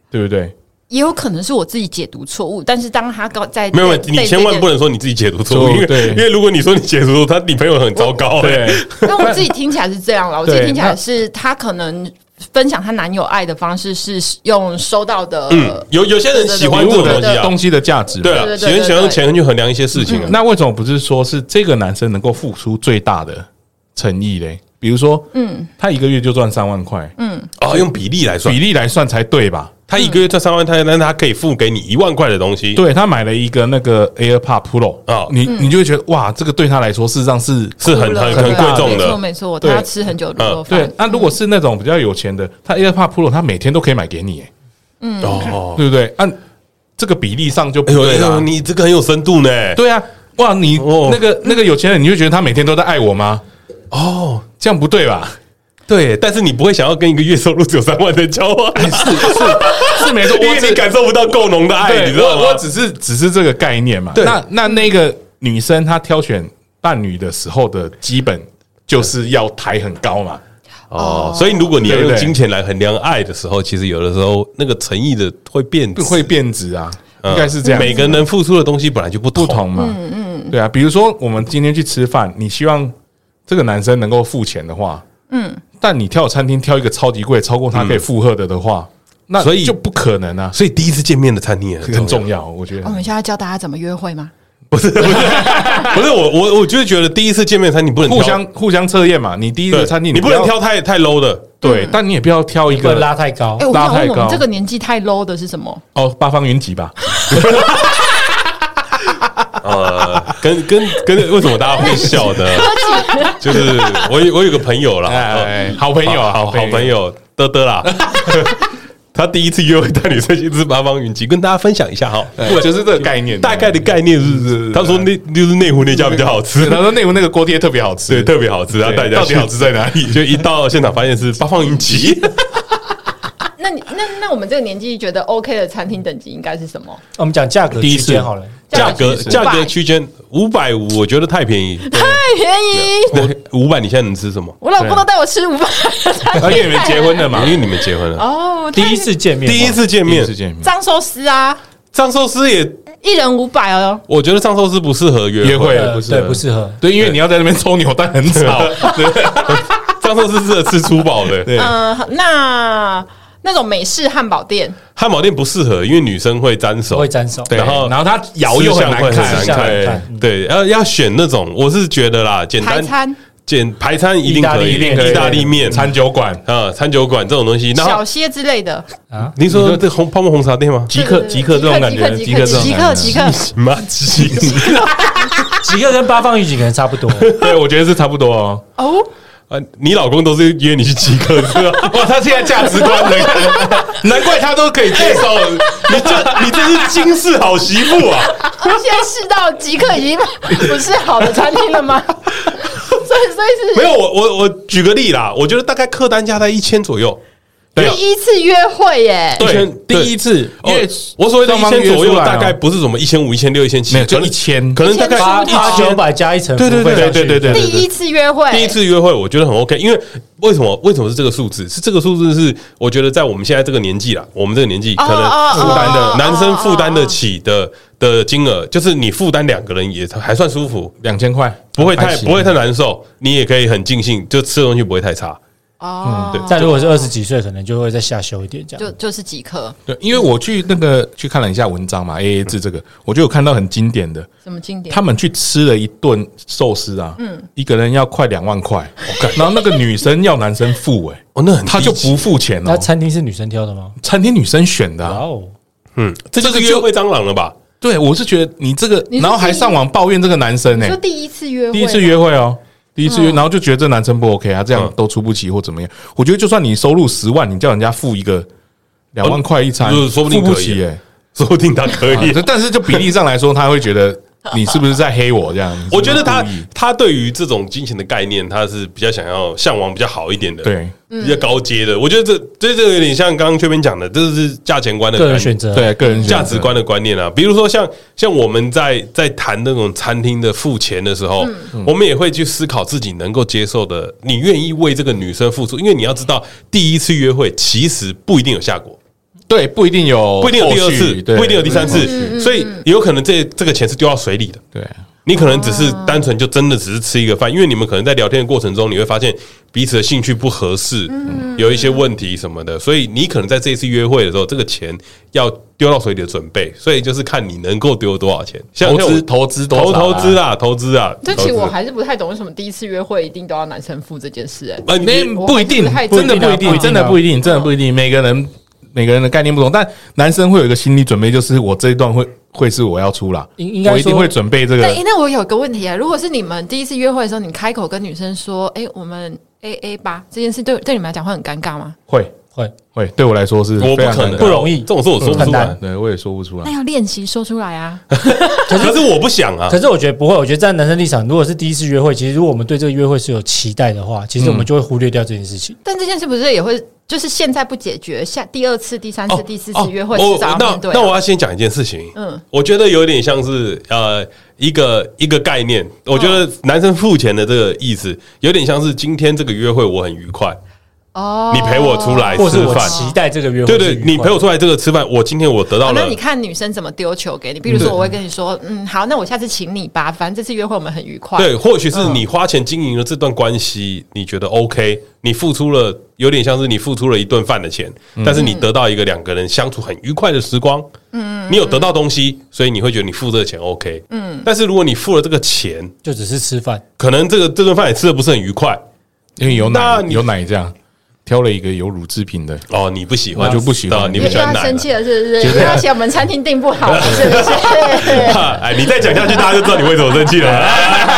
对不对？也有可能是我自己解读错误，但是当他告在没有，没有在你在千万这不件能说你自己解读错误，因为对因为如果你说你解读错误，他女朋友很糟糕。对， [laughs] 那我自 [laughs] 己听起来是这样啦，我自己对听起来是她可能分享她男友爱的方式是用收到的，嗯，有有些人喜欢这物种对对的东西对啊东，西的价值嘛，对对对啊，喜对欢对喜欢用钱去衡量一些事情啊。那为什么不是说是这个男生能够付出最大的诚意嘞？比如说，嗯，他一个月就赚三万块，哦，用比例来算比，例来算才对吧？他一个月赚三万，他但是他可以付给你一万块的东西，对他买了一个那个 AirPod Pro 哦你你就会觉得哇，这个对他来说事实上是是很对很对很对贵重没错的。没错，她对嗯要吃很久的卤肉对嗯饭，。那如果是那种比较有钱的，他 AirPod Pro 他每天都可以买给你，哎哦，对不对？按这个比例上就不哎呦哎对啊呦，啦。你这个很有深度呢。对啊，哇，你哦那个那个有钱人，你就觉得他每天都在爱我吗？哦，这样不对 [laughs] 吧？对，但是你不会想要跟一个月收入只有三万的交 [laughs] 往，是没错， [laughs] 因我为只你感受不到够浓的爱，对，你知道我我吗？只是只是这个概念嘛。对那那那个女生她挑选伴侣的时候的基本就是要抬很高嘛。哦，所以如果你要对用对金钱来衡量爱的时候，其实有的时候那个诚意的会变质，会变质啊，嗯应该是这样。每个人能付出的东西本来就不同不同嘛，嗯嗯，对啊。比如说我们今天去吃饭，你希望这个男生能够付钱的话，嗯，但你挑餐厅挑一个超级贵，超过他可以负荷的的话，那所以就不可能啊，所以第一次见面的餐厅也很很重要。重要，我觉我得。们哦现在要教大家怎么约会吗？ [laughs] 不是我我我就是觉得第一次见面餐厅不能挑互相互相测验嘛，你第一对个餐厅你不能要挑太太 low 的，对，但你也不要挑一不能个拉太高哎，。我拉想太问我们高这个年纪太 low 的是什么？哦八方云集吧，呃， [laughs] 跟跟跟，为什么大家会笑呢？ [laughs] 就是我有我有个朋友啦，哎哎，好朋友啊，哎好好好 [laughs] 朋友，德德啦，他第一次约会带女生去吃八方云集，跟大家分享一下哈。 [laughs] 哎就是这个概念，大概的概念是不啊是？他说那就是内湖那家比较好吃啊对，他说内湖那个锅贴特别好吃，对，特别好吃，然后啊大对家到底好吃在哪里？ [laughs] 就一到现场发现是八方云集， [laughs] 那你那那我们这个年纪觉得 OK 的餐厅等级应该是什么？我们讲价格第一区次间好了，价格500价格区间五百五，我觉得太便宜。太便宜。我五百，你现在能吃什么？我老公都带我吃午饭， [laughs] 而且你们结婚了嘛因？为你们结婚了， [laughs] 哦，第一次见面嘛，第一次见第一面次，见面，张寿司啊，藏寿司也，一人五百哦。我觉得藏寿司不适合约约会呃不适合对不适合，对，因为你要在那边抽扭蛋很吵，藏寿司适合吃粗饱 [laughs] 的，对，嗯、那那种美式汉堡店，汉堡店不适合，因为女生会沾不手会，沾手。对然后然后它咬又吃很相会难看嗯难，吃相很难看看。对，要要选那种，我是觉得啦，简排单餐、简排餐一定可以，一定可以意大利面、餐酒馆。啊餐酒馆这种东西。然小后歇之类的，您说这红泡沫红茶店吗？即刻即刻这种感觉，即即刻刻这种即感刻觉即刻， [laughs] 妈鸡！几个跟八方云集可能差 [laughs] 不多，对，我觉得是差不多哦。哦，啊，你老公都是约你去极客是吧？ [laughs] 哇，他现在价值观 [laughs] 很，难怪他都可以接受。你这你这是金氏好媳妇啊！现在试到即刻已经不是好的餐厅了 [laughs] 吗？所以所以没是有，我我我举个例啦，我觉得大概客单价在一千左右。对第一次约会耶，对对哎第一次，哦因为我所谓的一双方千约左右，出来哦大概不是什么一千五、一千六、一千七没有，就可能1000可能大概1000八八九百加一层服务费上去，对对对对对第一次约会，第一次约会，我觉得很 OK，因为为什么？为什么是这个数字？是这个数字是我觉得在我们现在这个年纪啦，我们这个年纪可能哦负担哦哦的哦男生负担得起的的金额，就是你负担两个人也还算舒服，两千块，不会哦还太行不会太难受，你也可以很尽兴，就吃的东西不会太差。哦，嗯再如果是二十几岁，可能就会再下修一点这就样。就是即刻，对，因为我去那个去看了一下文章嘛，A A 制这个，我就有看到很经典的，什么经典？他们去吃了一顿寿司啊，嗯一个人要快两万块，哦然后那个女生要男生付，哎，哦，那很他就不付钱那哦，餐厅是女生挑的吗？餐厅女生选的哇啊，哦，嗯，这就是这个约就会蟑螂了吧？对我是觉得你这个，你是然后还上网抱怨这个男生呢哎你说，第一次约会，第一次约会哦。第一次嗯约，然后就觉得这男生不 OK 啊，这样嗯都出不起或怎么样？我觉得就算你收入十万，你叫人家付一个两万块一餐，哦就是说不定付不可以起哎、 [laughs] 说不定他可 [laughs] 以啊。这但是就比例上来说，他会觉得你是不是在黑我这样？ [laughs] 我觉得他你是不是故意他对于这种金钱的概念，他是比较想要向往比较好一点的，对啊比较高阶的。我觉得这这这有点像刚刚崔边讲的，这是价钱观的个人感选择。对个人选择呃价值观的观念啊。比如说像像我们在在谈那种餐厅的付钱的时候，嗯我们也会去思考自己能够接受的，你愿意为这个女生付出，因为你要知道，第一次约会其实不一定有效果。对不一定有，不一定有第二次，对不一定有第三后续次，所以有可能这这个钱是丢到水里的。对你可能只是哦单纯就真的只是吃一个饭，因为你们可能在聊天的过程中，你会发现彼此的兴趣不合适，嗯有一些问题什么的，所以你可能在这一次约会的时候，这个钱要丢到水里的准备，所以就是看你能够丢多少钱。像投资像我投资多投少啊投资啊，投资啊，对不起，投资我还是不太懂为什么第一次约会一定都要男生付这件事、哎，呃，你那不一定我还是，不太真的不一不一定啊定，真的不一定，真的不一定，每个人每个人的概念不同，但男生会有一个心理准备，就是我这一段会会是我要出啦，应应该说我一定会准备这那、个诶那我有个问题啊，如果是你们第一次约会的时候，你开口跟女生说，哎、我们 A A 吧，这件事对对你们来讲会很尴尬吗？会会会，对我来说是我非不常可能尴啊尬不容易这种事我说不很出难来，对我也说不出那来，要练习说出来啊。可是我不想啊可，是我觉得不会，我觉得站在男生立场，如果是第一次约会，其实如果我们对这个约会是有期待的话，其实我们就会忽略掉这件事情。但这件事不是也会，就是现在不解决，下第二次、第三次、哦第四哦次约会哦迟早要面对啊、那那我要先讲一件事情，嗯嗯，我觉得有点像是呃一个一个概念，我觉哦得男生付钱的这个意思，有点像是今天这个约会我很愉快，哦，你陪我出来或是吃我饭。期待这个约会对是愉快对的，，你陪我出来这个吃饭，我今天我好得到哦那了你，看女生怎么丢球给你，比如说我会跟你说，嗯，好，那我下次请你吧，反正这次约会我们很愉快。嗯对，或许是你花钱经营了这段关系，你觉得 OK，你付出了，有点像是你付出了一顿饭的钱，嗯但是你得到一个两个人相处很愉快的时光，嗯，你有得到东西，所以你会觉得你付这个钱 OK，嗯，但是如果你付了这个钱，就只是吃饭，可能这个这顿饭也吃的不是很愉快因为有奶那你有奶这样，挑了一个有乳制品的，哦，你不喜我欢就不喜欢啊你因不为喜欢他奶生了。气了，是不是？他嫌我们餐厅订不好，是不是？ [laughs] 哈哎，你再讲下去，大家就知道你为什么 [laughs] 生气了。 [laughs]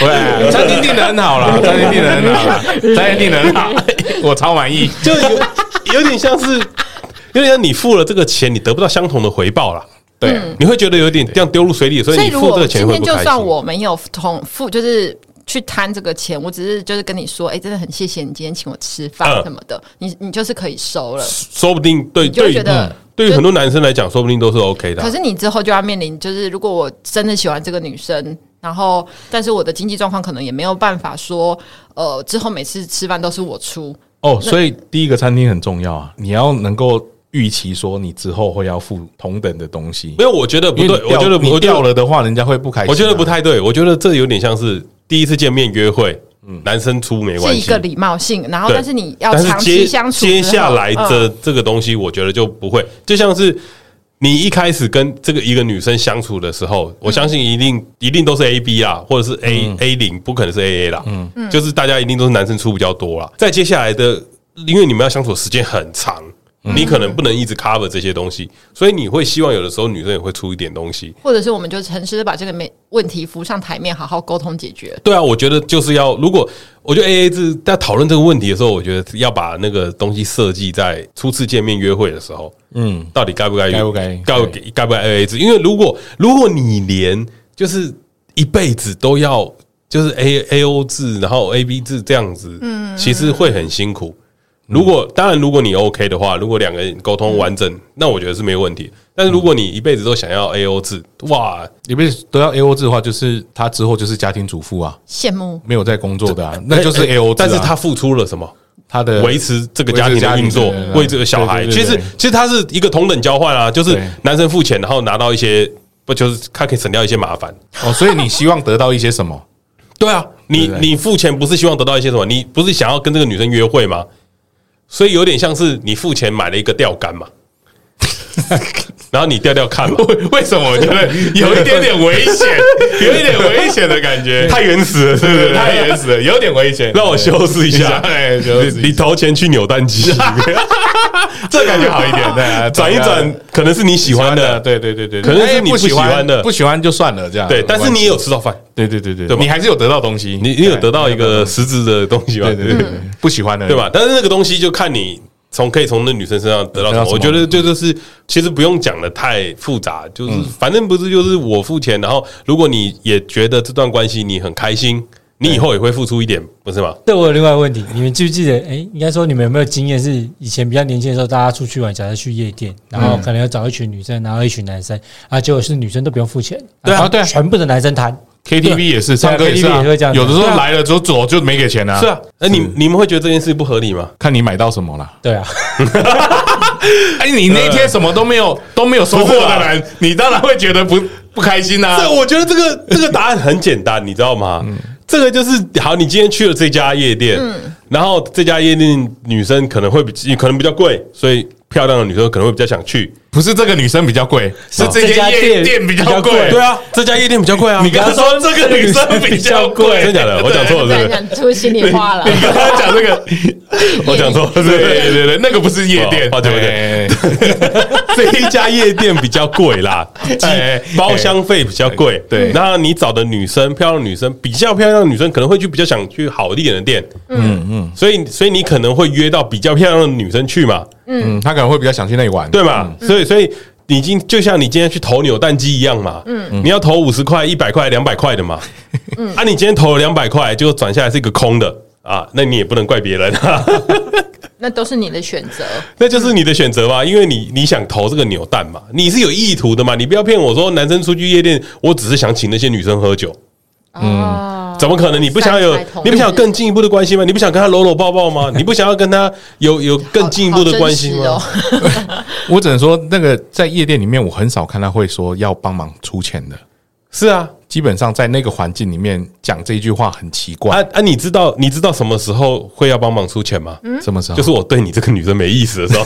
对，餐厅订的很好啦，餐厅订的很好啦，餐厅订的很好，我超满意。就有有点像是，有点像你付了这个钱，你得不到相同的回报啦。对，啊你会觉得有点这样丢入水 [laughs] 里，所以嗯所以你如付这果个钱今会天不就开算心。我没有重付，就是去贪这个钱，我只是就是跟你说，哎、真的很谢谢你今天请我吃饭嗯什么的，你你就是可以收了。说不定对你就会对于觉得对于就很多男生来讲，说不定都是 OK 的啊可。是你之后就要面临，就是如果我真的喜欢这个女生，然后但是我的经济状况可能也没有办法说，呃，之后每次吃饭都是我出，哦，所以第一个餐厅很重要啊，你要能够预期说你之后会要付同等的东西没。有，我觉得不因为对，你我掉觉得你我觉掉得了的话，人家会不开心啊。我觉得不太对，我觉得这有点像是第一次见面约会，男生出没关是一系，个礼貌性，然后对但是你要但是长期接相处之后，接下来嗯这这个东西，我觉得就不会，就像是。你一开始跟这个一个女生相处的时嗯候，我相信一定一定都是 A B 啦，或者是 A、A 零，不可能是 A A 啦。嗯，就是大家一定都是男生出比较多啦。再接下来的，因为你们要相处的时间很长，你可能不能一直 cover 这些东西，所以你会希望有的时候女生也会出一点东西。或者是我们就诚实的把这个没问题浮上台面，好好沟通解决。对啊，我觉得就是要，如果我觉得 A A 制在讨论这个问题的时候，我觉得要把那个东西设计在初次见面约会的时候，嗯，到底该不该该不该该不该不该 A A 制？因为如果如果你连就是一辈子都要就是 A A O 制，然后 A B 制这样子，嗯，其实会很辛苦。如果当然，如果你 OK 的话，如果两个人沟通完整，那我觉得是没有问题。但是如果你一辈子都想要 A O 制，哇，你不是都要 A O 制的话，就是他之后就是家庭主妇啊，羡慕没有在工作的啊，那就是 A O 制啊。哎但是他付出了什么？他的维持这个家庭的运作维持家庭，的为这个小孩，对其对对实对其实它是一个同等交换啊，就是对男生付钱，然后拿到一些，不就是他可以省掉一些麻烦。哦，所以你希望得到一些什么？对啊，你对对对你付钱不是希望得到一些什么？你不是想要跟这个女生约会吗？所以有点像是你付钱买了一个钓竿 [laughs] 嘛，然后你钓钓看嘛， [laughs] 为什么我觉得有一点点危险， [laughs] 有一点危险的感觉？太原始了，是不对是？太原始了，有点危险。让我修饰一下 [laughs] 哎，修饰一你下啊你投钱去扭蛋 [laughs] 机，这感觉好一点，对 [laughs] 啊，转一转，可能是你喜喜欢欢的的，，对对对对，可能是哎你不不喜喜欢的不喜欢就算了，这样对，但是你也有没关系吃到饭。对对对对，对吧你还是有得到东西，你你有对得到一个实质的东西吗？对对对对，不喜欢的对？吧？但是那个东西就看你从可以从那女生身上得到得到什什么。么我觉得这就是其实不用讲的太复杂，就是反正不是就是我付钱，然后如果你也觉得这段关系你很开心，你以后也会付出一点，不是吗？对我有另外一个问题，你们记不记得？哎、应该说你们有没有经验？是以前比较年轻的时候，大家出去玩，假设去夜店，然后可能要找一群女生，然后一群男生，啊，结果是女生都不用付钱，对啊然后对啊全部的男生谈， KTV 也是，对啊唱歌也是啊 KTV 也会这样子有的时候来了之后走就没给钱啊，是啊，那你你们会觉得这件事不合理吗？看你买到什么啦。对啊，哎，呃你那天什么都没有都没有收获的人，你当然会觉得不不开心啊。这我觉得这个这个答案很简单，你知道吗？这个就是好，你今天去了这家夜店，然后这家夜店女生可能会比可能比较贵，所以漂亮的女生可能会比较想去。不是这个女生比较贵，是哦这这家家夜店店比比较较贵贵。对啊，这家夜店比较贵啊。你刚刚说这个女 [laughs] 生比较贵，真的假的？我讲错不了，是然 [laughs] 不是？讲出心里话了你。刚刚讲这个， [laughs] 我讲错了，是不对是？对对对，那个不是夜店，哦哦对不哎 [laughs] 对？这一家夜店比较贵啦， [laughs] 哎包厢费比较贵。对那你找的女生，漂亮的女生，比较漂亮的女生可能会去比较想去好一点的店。嗯嗯，所以所以你可能会约到比较漂亮的女生去嘛，嗯，他可能会比较想去那里玩，对嘛？所以所以。你今就像你今天去投扭蛋机一样嘛，嗯，你要投五十块、一百块、两百块的嘛，嗯，啊，你今天投了两百块，结果转下来是一个空的啊，那你也不能怪别人啊， [laughs] 那都是你的选择，那就是你的选择嘛，因为你你想投这个扭蛋嘛，你是有意图的嘛，你不要骗我说男生出去夜店，我只是想请那些女生喝酒，哦，怎么可能？你不想有散财童你不想有更进一步的关系吗？你不想跟他搂搂抱 [laughs] 抱吗？你不想要跟他有有更进一步的关系好吗？好真实哦我只能说，那个在夜店里面，我很少看他会说要帮忙出钱的。是啊，基本上在那个环境里面讲这一句话很奇怪啊，啊，你知道你知道什么时候会要帮忙出钱吗？什么时候？就是我对你这个女生没意思的时候。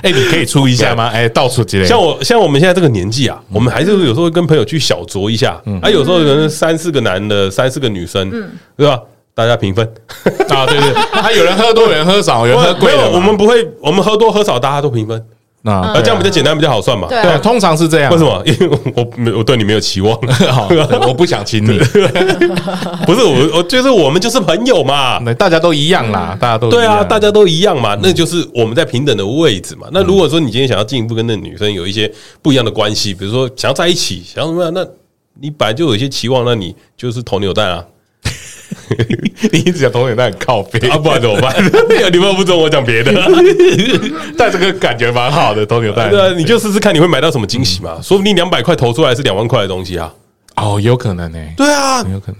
哎，你可以出一下吗？哎，倒数几类，像我像我们现在这个年纪啊，我们还是有时候会跟朋友去小酌一下，嗯啊，有时候可能三四个男的，三四个女生，对吧？大家平分。啊，对对，他有人喝多，有人喝少，有人喝没贵有，的嘛，我们不会，我们喝多喝少大家都平分。那那这样比较简单，比较好算嘛。对对，啊通常是这样。为什么？因为我没我对你没有期望， [laughs] 好？对我不想请你， [laughs] 不是我，我就是我们就是朋友嘛。那大家都一样啦，嗯大家都对一啊，样大家都一样嘛，那就是我们在平等的位置嘛。那如果说你今天想要进一步跟那女生有一些不一样的关系，比如说想要在一起，想要怎么样，那你本来就有一些期望，那你就是投牛蛋啊，你一直讲同点，那很靠背啊，[laughs] 不然怎么办？你们又不准我讲别的，但这个感觉蛮好的，铜牛蛋。对啊，你就试试看你会买到什么惊喜嘛，说不定两百块投出来是两万块的东西啊。哦，有可能呢、对啊，有可能。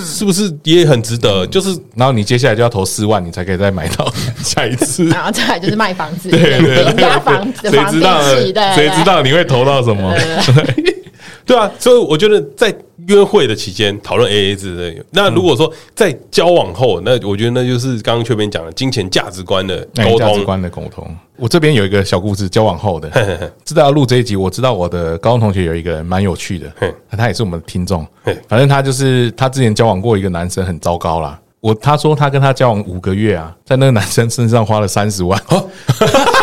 是不是也很值得？就是然后你接下来就要投四万，你才可以再买 [laughs] 到下一次。然后再来就是卖房子，人家房子谁房知地道呢？起对，谁知道你会投到什么？ [laughs] 对啊，所以我觉得在约会的期间讨论 AA 制的，那如果说在交往后，那我觉得那就是刚刚雀边讲的金钱价值观的哎沟价值通。观的沟通。我这边有一个小故事，交往后的，知道要录这一集，我知道我的高中同学有一个人蛮有趣的嘿，他也是我们的听众嘿。反正他就是他之前交往过一个男生，很糟糕啦。我他说他跟他交往五个月啊，在那个男生身上花了三十万。哦 [laughs]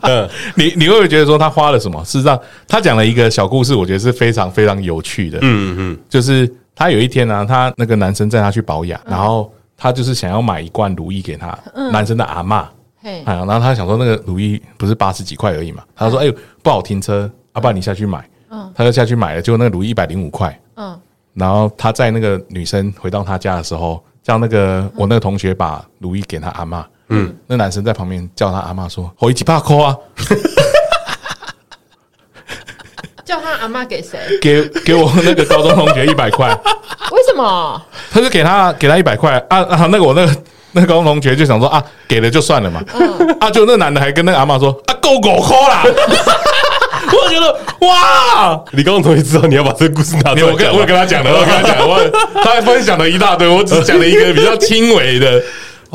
嗯，你你会不会觉得说他花了什么？事实上，他讲了一个小故事，我觉得是非常非常有趣的。嗯嗯就是他有一天呢、啊，他那个男生带他去保养，然后他就是想要买一罐如意给他男生的阿嬷。嘿哎，然后他想说那个如意不是八十几块而已嘛，他说哎呦不好停车，阿爸你下去买，他就下去买了，结果那个如意一百零五块，嗯，然后他在那个女生回到他家的时候，叫那个我那个同学把如意给他阿嬷，嗯，那男生在旁边叫他阿嬷说，我一起怕扣啊，叫他阿妈给谁？ [laughs] 给给我那个高中同学一百块，为什么？他就给他给他一百块啊啊！那个我那个 [laughs] 那个高中同学就想说啊，给了就算了嘛。啊，就那男的还跟那个阿嬷说啊，够狗抠啦！ [laughs] 我觉得哇，你刚刚终于知道你要把这个故事拿你出来我跟讲我有了。跟他讲的，我有跟他讲，我 [laughs] 他还分享了一大堆，我只讲了一个比较轻微的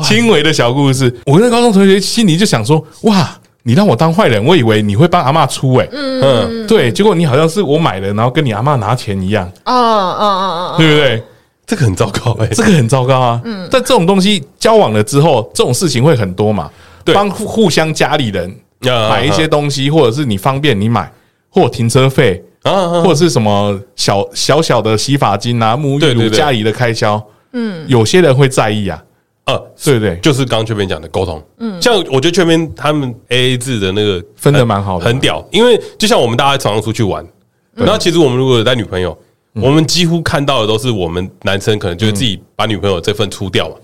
轻微的小故事。我跟那高中同学心里就想说哇。你让我当坏人，我以为你会帮阿嬷出哎、嗯，对，结果你好像是我买的，然后跟你阿嬷拿钱一样，嗯嗯嗯嗯嗯，对不对？这个很糟糕哎、这个很糟糕啊。嗯，但这种东西交往了之后，这种事情会很多嘛。对帮互互相家里人啊买一些东西，或者是你方便你买，或停车费，啊啊或者是什么小小小的洗发精啊、沐浴对露，对对家里的开销。嗯，有些人会在意啊，啊！对不对？就是刚刚雀边讲的沟通，嗯，像我觉得雀边他们 A A 制的那个分得蛮好的很屌。因为就像我们大家常常出去玩，那其实我们如果有带女朋友，嗯我们几乎看到的都是我们男生可能就是自己把女朋友这份出掉嘛，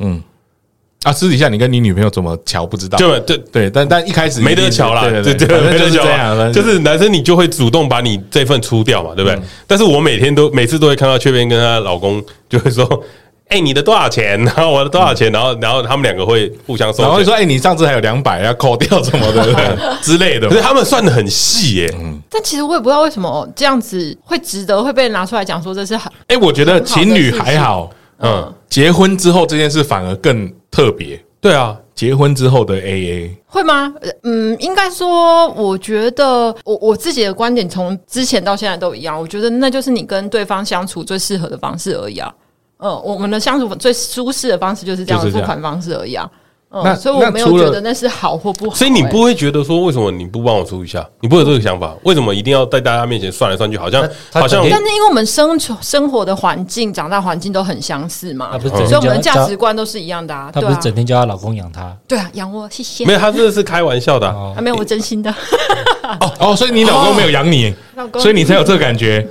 啊，私底下你跟你女朋友怎么瞧不知道，就这对，但但一开始没得瞧啦，对对对对，对，没反正就得是瞧这啦样，啊反正嗯就是男生你就会主动把你这份出掉嘛，对不对？但是我每天都每次都会看到雀边跟她老公就会说。 [laughs] 哎、你的多少钱？然后我的多少钱？然后，然后他们两个会互相收然后钱就。说，哎，你上次还有两百要扣掉什么的 [laughs] 对之类的可嘛是，他们算的很细耶、但其实我也不知道为什么这样子会值得会被拿出来讲，说这是很哎、我觉得情侣还好，嗯，结婚之后这件事反而更特别。对啊，结婚之后的 AA，会吗？呃嗯，应该说，我觉得我我自己的观点从之前到现在都一样，我觉得那就是你跟对方相处最适合的方式而已啊。嗯，我们的相处最舒适的方式就是这样就的是付这样款方式而已啊。那嗯，所以我没有那除了觉得那是好或不好、所以你欸不会觉得说，为什么你不帮我出一下？你不会有这个想法？为什么一定要在大家面前算来算去？好像他他好像整天但是因为我们生存生活的环境、长大环境都很相似嘛，啊她不是整所以天我们的叫价她值观都是一样的啊。她对不是啊，整天叫她老公养她，对啊，养我，谢谢。没有，他真的是开玩笑的啊、哦啊，没有，我真心的。哦哦，所以你老公没有养你，老公所以你才有这个感觉。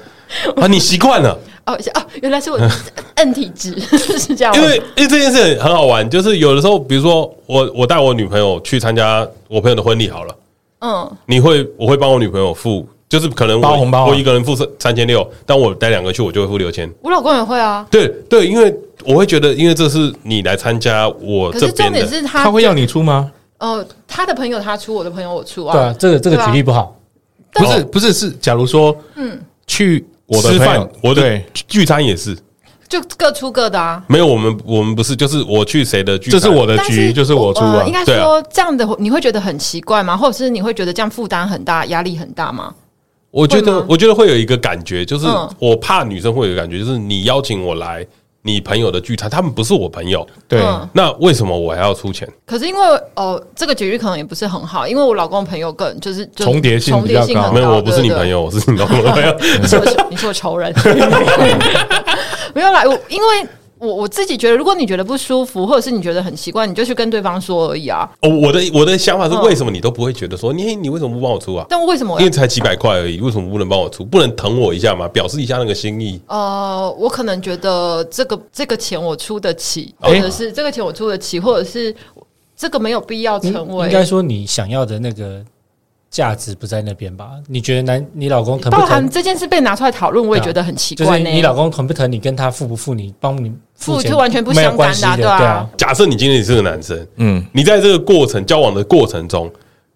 啊！你习惯了，哦是哦，原来是我摁体质是哦这样吗。因为因为这件事很很好玩，就是有的时候，比如说我我带我女朋友去参加我朋友的婚礼好了，嗯，你会我会帮我女朋友付，就是可能我包红包啊我一个人付三三千六，但我带两个去，我就会付六千。我老公也会啊。对对，因为我会觉得，因为这是你来参加我可这是边重点的，是他他会要你出吗？哦，他的朋友他出，我的朋友我出对啊啊。，这个这个对啊举例不好，不是不是是，假如说，嗯，去我的吃朋饭友，，我的对，聚餐也是就各出各的啊。没有我们我们不是，就是我去谁的聚这餐，是我的但局，就是我出啊呃应。该对啊说这样的你会觉得很奇怪吗？或者是你会觉得这样负担很大、压力很大吗？我觉会得吗，我觉得会有一个感觉，就是嗯我怕女生会有一个感觉，就是你邀请我来，你朋友的聚餐，他们不是我朋友，对，嗯那为什么我还要出钱？可是因为哦，这个局域可能也不是很好，因为我老公的朋友更就是就是重叠性重比叠较性高很没有，高我不是你对对朋友，我是你老 [laughs] 公的朋友。你是我仇你是我仇人， [laughs] 没有啦，我因为我我自己觉得，如果你觉得不舒服，或者是你觉得很奇怪，你就去跟对方说而已啊。哦，我的我的想法是，嗯为什么你都不会觉得说，你你为什么不帮我出啊？但为什么我因要为才几百块而已，为什么不能帮我出？不能疼我一下吗？表示一下那个心意。呃，我可能觉得这个这个钱我出得起，哎或者是这个钱我出得起，或者是这个没有必要你成为嗯应该说你想要的那个价值不在那边吧？你觉得男你老公疼不包含疼？这件事被拿出来讨论，我也对啊觉得很奇就是怪呢。你老公疼不疼你，跟他付不付你帮你付钱是完全不没有相关干系的啊的，对啊啊。假设你今天你是个男生，嗯，你在这个过程交往的过程中，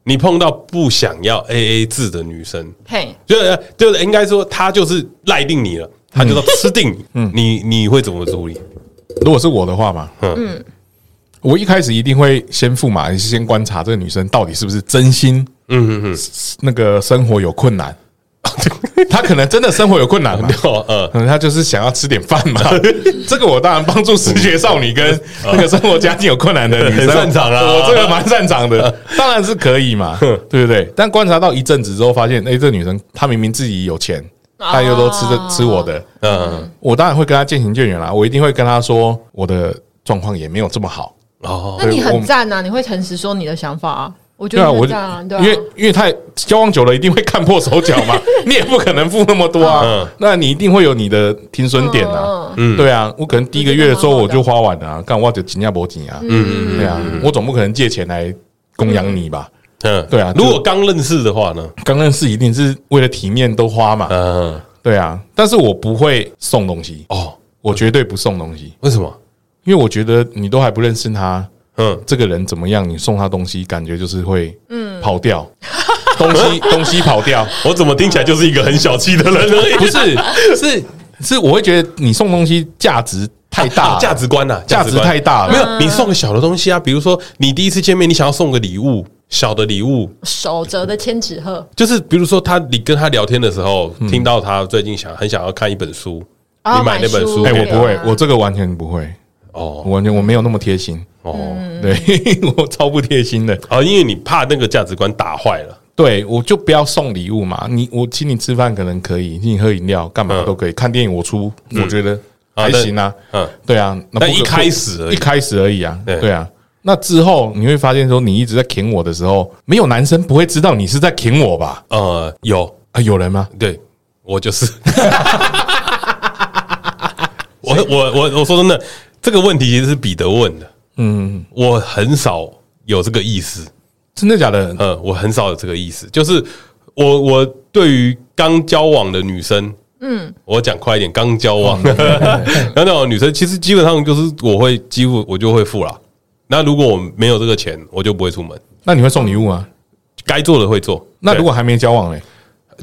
你碰到不想要 A A 制的女生，嘿，就是就是应该说她就是赖定你了，她就要吃定你，嗯你你会怎么处理？如果是我的话嘛，嗯嗯，我一开始一定会先付嘛，也是先观察这个女生到底是不是真心嗯嗯那个生活有困 [laughs] 难，她可能真的生活有困难嘛嗯，。哦 [laughs] 呃，可能她就是想要吃点饭 [laughs] 嘛，这个我当然帮助失学少女跟那个生活家境有困难的女生嗯很擅长啊嗯我这个蛮擅长的，当然是可以 [laughs] 嘛，对不对？但观察到一阵子之后，发现哎、这女生她明明自己有钱，但又都吃这啊吃我的，嗯我当然会跟她渐行渐远啦，我一定会跟她说我的状况也没有这么好， [laughs] 哦，那你我很赞啊，你会诚实说你的想法啊，我觉对得啊，你我很就赞啊，对因为啊。因为太交往久了，一定会看破手脚 [laughs] 嘛，你也不可能付那么多嗯啊，那你一定会有你的停损点啊。嗯，嗯对啊，我可能第一个月的时候我我觉得蛮好的就花完了、啊，干我就紧压脖紧啊，嗯对啊，我总不可能借钱来供养你吧？嗯对啊如果刚认识的话呢？刚认识一定是为了体面都花嘛，嗯对啊，但是我不会送东西，哦，我绝对不送东西，为什么？因为我觉得你都还不认识他，嗯，这个人怎么样，你送他东西，感觉就是会嗯跑 [laughs] 掉，东西东西跑掉。我怎么听起来就是一个很小气的人而已？ [laughs] 不是， [laughs] 是是，我会觉得你送东西价值太大啊了，价值观呐，价值观太大了，没有，你送个小的东西啊，比如说你第一次见面，你想要送个礼物，小的礼物，守则的千纸鹤就是比如说他你跟他聊天的时候，嗯听到他最近想很想要看一本书，啊你买那本书买哎、书我不会对啊，我这个完全不会，我哦完全我没有那么贴心，哦对 [laughs] 我超不贴心的，哦，因为你怕那个价值观打坏了，对我就不要送礼物嘛，你我请你吃饭可能可以，请你喝饮料干嘛嗯都可以，看电影我出，我觉得啊还行啊，嗯，对啊，那但不一可开始而一已，开始而已啊，对对啊。那之后你会发现，说你一直在舔我的时候，没有男生不会知道你是在舔我吧？呃，有啊，有人吗？对 [laughs] 我就是，我我我我说真的，这个问题其实是彼得问的，嗯，我很少有这个意思，真的假的？呃，我很少有这个意思，就是我我对于刚交往的女生，嗯，我讲快一点，刚交往，嗯 [laughs] 刚交往的女生，其实基本上就是我会几乎我就会付啦。那如果我没有这个钱，我就不会出门，那你会送礼物吗？该做的会做。那对如果还没交往嘞，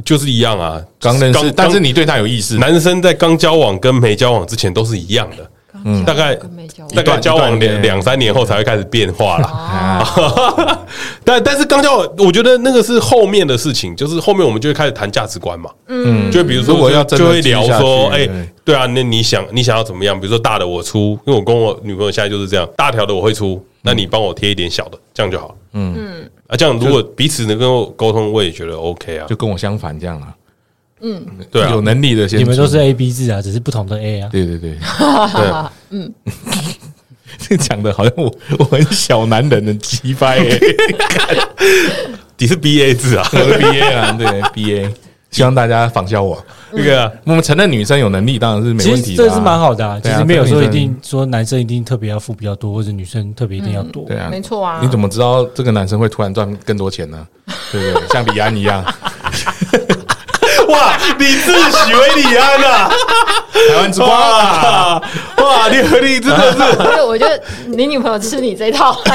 就是一样啊，刚认刚识，但是你对他有意思，男生在刚交往跟没交往之前都是一样的，嗯大概没交往大概交往一段两恋两三年后才会开始变化啦。啊，但但是刚交往，我觉得那个是后面的事情，就是后面我们就会开始谈价值观嘛。嗯，就比如说如果就要真的就会聊继续下去说，哎对，对啊，那你想你想要怎么样？比如说大的我出，因为我跟我女朋友现在就是这样，大条的我会嗯出，那你帮我贴一点小的，这样就好了。嗯啊，这样如果彼此能够沟通，我也觉得 OK 啊就。跟我相反这样啦。对啊有，能力的先出，嗯你们都是 A B 制啊，只是不同的 A 啊。对对对，啊对这 [laughs] 讲的好像我我很小男人的鸡掰欸，你是 BA 制啊，我的 BA [laughs] 啊，对 BA，希望大家仿效我。那个啊我们承认女生有能力当然是没其问实题的啊，这是蛮好的啊，其对啊实没有说这个一女生定说男生一定特别要付比较多，或者女生特别一定要多。对啊，没错啊你怎么知道这个男生会突然赚更多钱 [laughs] 呢？对不对？像李安一样，哇，你自诩为李安啊！台湾之光啊， [laughs] 哇哇，你和你真 [laughs] 的是，所以我觉得你女朋友吃你这一套， [laughs]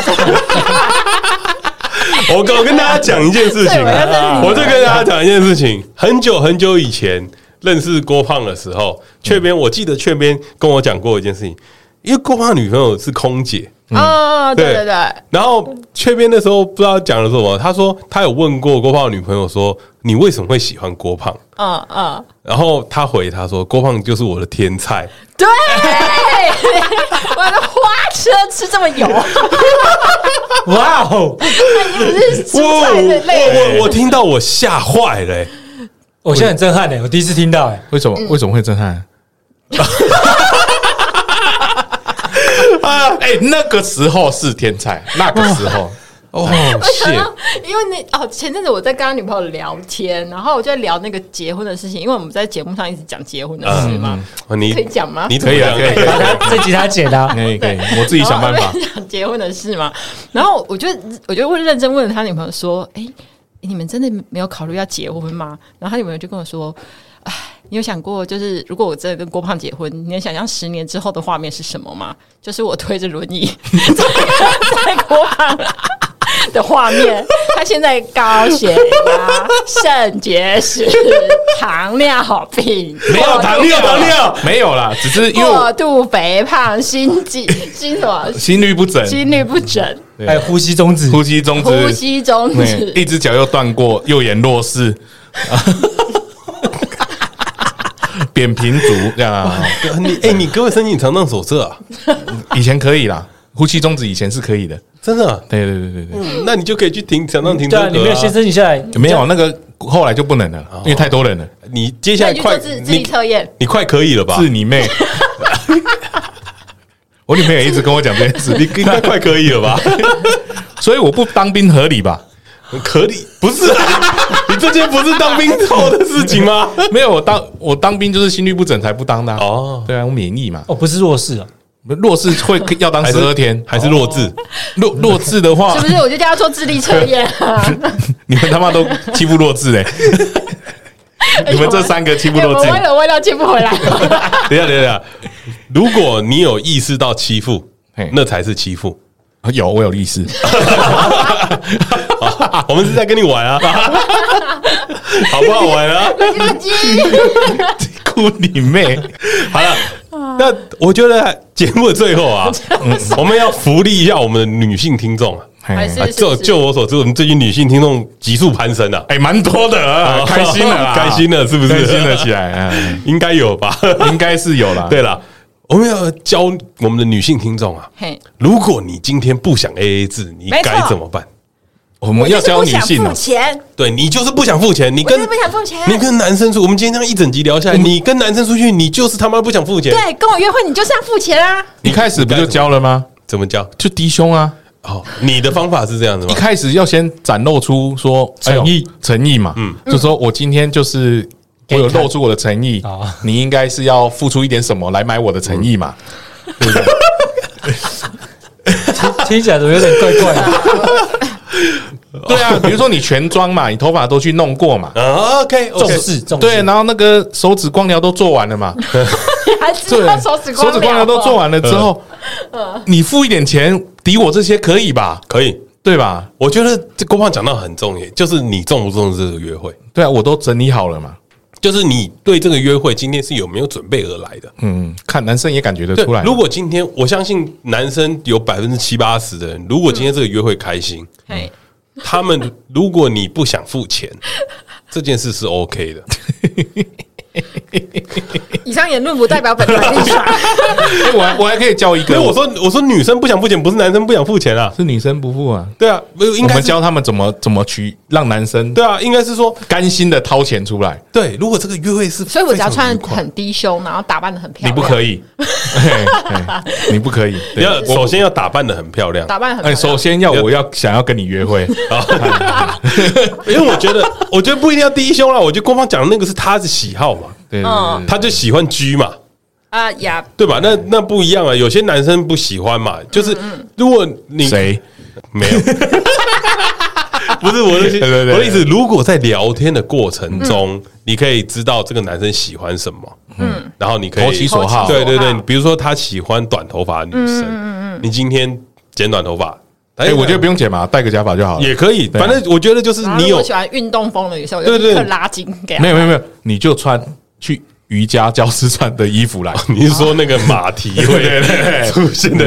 我跟我跟大家讲一件事对情 [laughs] 我要啊，认识我就跟大家讲一件事情，很久很久以前认识郭胖的时候，雀边我记得雀边跟我讲过一件事情，因为郭胖女朋友是空姐，啊、对对对对，然后雀边那时候不知道讲了什么，他说他有问过郭胖的女朋友说你为什么会喜欢郭胖，嗯嗯，然后他回他说郭胖就是我的天菜，对，我的花车吃这么油，哇哦！不是蔬菜的类的。我我听到我吓坏了、欸我现在很震撼呢，我第一次听到哎，为什嗯么为什么会震撼？啊， [laughs] 哎、那个时候是天才，那个时候哎哦，想谢到，因为那哦，前阵子我在跟他女朋友聊天，然后我就在聊那个结婚的事情，因为我们在节目上一直讲结婚的事嘛，哦你可以讲吗？你怎么样可以啊可以他这集他剪的 [laughs] 啊，可以可以，哎我自己想办法。然后讲结婚的事嘛，然后我就我就会认真问他女朋友说：“哎、你们真的没有考虑要结婚吗？”然后他女朋友就跟我说：“哎，你有想过，就是如果我真的跟郭胖结婚，你能想象十年之后的画面是什么吗？就是我推着轮椅 [laughs] 在在郭胖的画面。他现在高血压、肾结石、糖尿病， [laughs] 没有糖尿糖尿，没有啦，只是因为过我度肥胖、心悸、心什么？”心律不整， [laughs] 心律不 [laughs] 整，对还有哎呼吸终止，呼吸中止，呼吸中对止。一只脚又断过，右眼弱视， [laughs] 扁平足这样啊。 [laughs] 你哎、你各位申请肠道手册啊，以前可以啦，呼吸中止以前是可以的。真的啊、对对对对对，嗯那你就可以去停肠道停车对格、啊，你没有先申请下来，没有啊那个后来就不能了，哦因为太多人了。你接下 [laughs] 那来你去做快自自己测验，你快可以了吧？是你妹！ [laughs] 我女朋友一直跟我讲这件事，你应该快可以了吧？所以我不当兵合理吧？可以不是、啊？ [laughs] 你这件不是当兵后的事情吗？没有，我当我当兵就是心律不整才不当的、啊。哦哦，对啊，我免疫嘛。哦，不是弱势啊，弱势会要当十二天，还是弱哦智？弱弱智的话是，不是？我就叫他做智力测验啊！啊 [laughs] 你们他妈都欺负弱智嘞、你们这三个欺负弱哎我智歪，了歪到接不回 [laughs] 来了。等一下，等一下，如果你有意识到欺负嘿，那才是欺负。 [laughs] 有我有意思。好我们是在跟你玩啊， [laughs] 好不好玩啊？ [laughs] [laughs] 哭你妹！好了，那我觉得节目的最 [laughs] 后啊，我们要福利一下我们的女性听众啊。还哎是啊，就就我所知，我们最近女性听众急速攀升啊，哎，蛮多的啊，开心了啊， [laughs] 开心了，是不是？开心了起来， [laughs] 哎 [laughs] 应该有吧？应该是有啦。对了，我们要教我们的女性听众啊，嘿，如果你今天不想 A A 制，你没错该怎么办？我们要教女性我就是不想啊付，钱，对你就是不想付钱，你我就跟是不想付钱。嗯你跟男生出，我们今天这样一整集聊下来，你跟男生出去，你就是他妈不想付钱，对，跟我约会你就是要付钱啊！一开始不就教了吗？怎么教？就低胸啊，哦，你的方法是这样子一吗？开始要先展露出说诚意哎呦诚意嘛，嗯，就说我今天就是。我给你有看露出我的诚意哦，你应该是要付出一点什么来买我的诚意嘛？听起来怎么有点怪怪的？ [laughs] 对啊，比如说你全妆嘛，你头发都去弄过 [laughs] 嘛，啊，OK，重视重视，对，然后那个手指光疗都做完 [laughs] 了嘛，你还知道手指嗯手指光疗都做完了之 [laughs] 后，你付一点钱抵我这些可以吧？啊可以。对吧？我觉得这郭胖讲到很重要，就是你重不重视这个约会，对啊，我都整理好了嘛。就是你对这个约会今天是有没有准备而来的。嗯，看男生也感觉得对出来。，如果今天我相信男生有百分之七八十的人，如果今天这个约会开心，嘿，他们 [laughs] 如果你不想付钱，这件事是 OK 的。以上言论不代表本台立 [laughs] 场。 [laughs] 哎我还我还可以教一个，可是我说我说女生不想付钱，不是男生不想付钱啊。是女生不付啊，对啊，不应我该们是教他们怎么怎么去让男生对啊，应该是说甘心的掏钱出来。 [laughs] 对。如果这个约会是非常愉快，所以我只要穿很低胸，然后打扮的很漂你亮，不可以，嘿嘿你不可以。对要首先要打扮的很漂亮，打扮得很漂哎，亮。首先要我要想要跟你约 [laughs] 会，因为我觉得我觉得不一定要低胸啦，我觉得郭芳讲的那个是他的喜好嘛，对对对嗯对，他就喜欢 G 嘛。啊呀，对吧？嗯那那不一样啊，有些男生不喜欢嘛，就是如果你谁？没有， [laughs] 不是我的意对思，对对嗯我的意思，如果在聊天的过程中，你可以知道这个男生喜欢什么，嗯，然后你可以投其所好嗯对对投其所对好，比如说他喜欢短头发的女生，你今天剪短头发，哎，我觉得不用剪嘛，戴个假发就好了。也可以，对啊反正我觉得就是然后你如果有喜欢运动风的女生，我就对对立刻拉筋给她没有没有没有，你就穿去。瑜伽教师穿的衣服 [laughs] 来。你是说那个马蹄对对会对出现的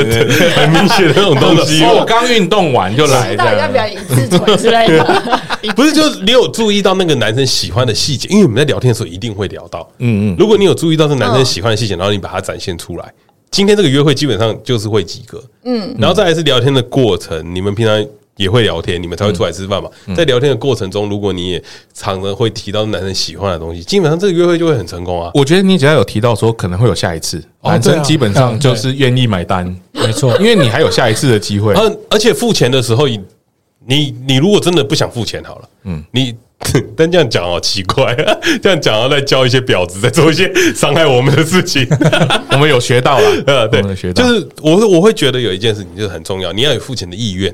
很明显的那种东西哦，我吗？刚运动完就来到底要的不。要一次腿之类的？ [laughs] 不是，就是你有注意到那个男生喜欢的细节，因为我们在聊天的时候一定会聊到。嗯嗯，如果你有注意到这男生喜欢的细节，然后你把它展现出来，今天这个约会基本上就是会及格。嗯，然后再来是聊天的过程，你们平常。也会聊天，你们才会出来吃饭嘛。在聊天的过程中，如果你也常常会提到男生喜欢的东西，基本上这个约会就会很成功啊。我觉得你只要有提到说可能会有下一次，哦男对啊生基本上就是愿意买单，嗯没错，因为你还有下一次的机会。而而且付钱的时候，你你你如果真的不想付钱，好了，嗯，你 [laughs] 但这样讲好奇怪， [laughs] 这样讲要再教一些婊子在做一些伤害我们的 [laughs] 事情。我们有学到了，呃，对我们有，学到就。是我我会觉得有一件事情就是很重要，你要有付钱的意愿，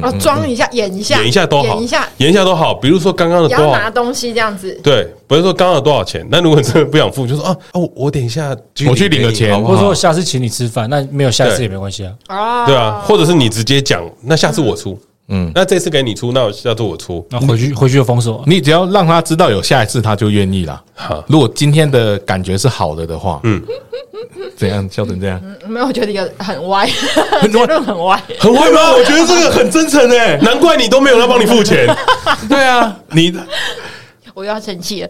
哦，装一下，演一下，演一下都好，演一下，演一下都好。比如说刚刚的也多要拿少，东西这样子。对，不是说刚刚的多少钱，那如果真的不想付，就说啊，哦，我等一下我去领给个你钱好不或者好说我下次请你吃饭，那没有下次对也没关系啊。哦，对啊，或者是你直接讲，那下次我出，嗯，那这次给你出，那我下次我出，那回去回去就封锁， [laughs] 你只要让他知道有下一次，他就愿意啦好。如果今天的感觉是好的的话，嗯，怎样笑成这样？嗯没有，我觉得有很歪，结论很歪。很会吗？ [laughs] 我觉得这个很真诚哎，难怪你都没有人帮你付 [laughs] 钱。对啊，你我又要生气了。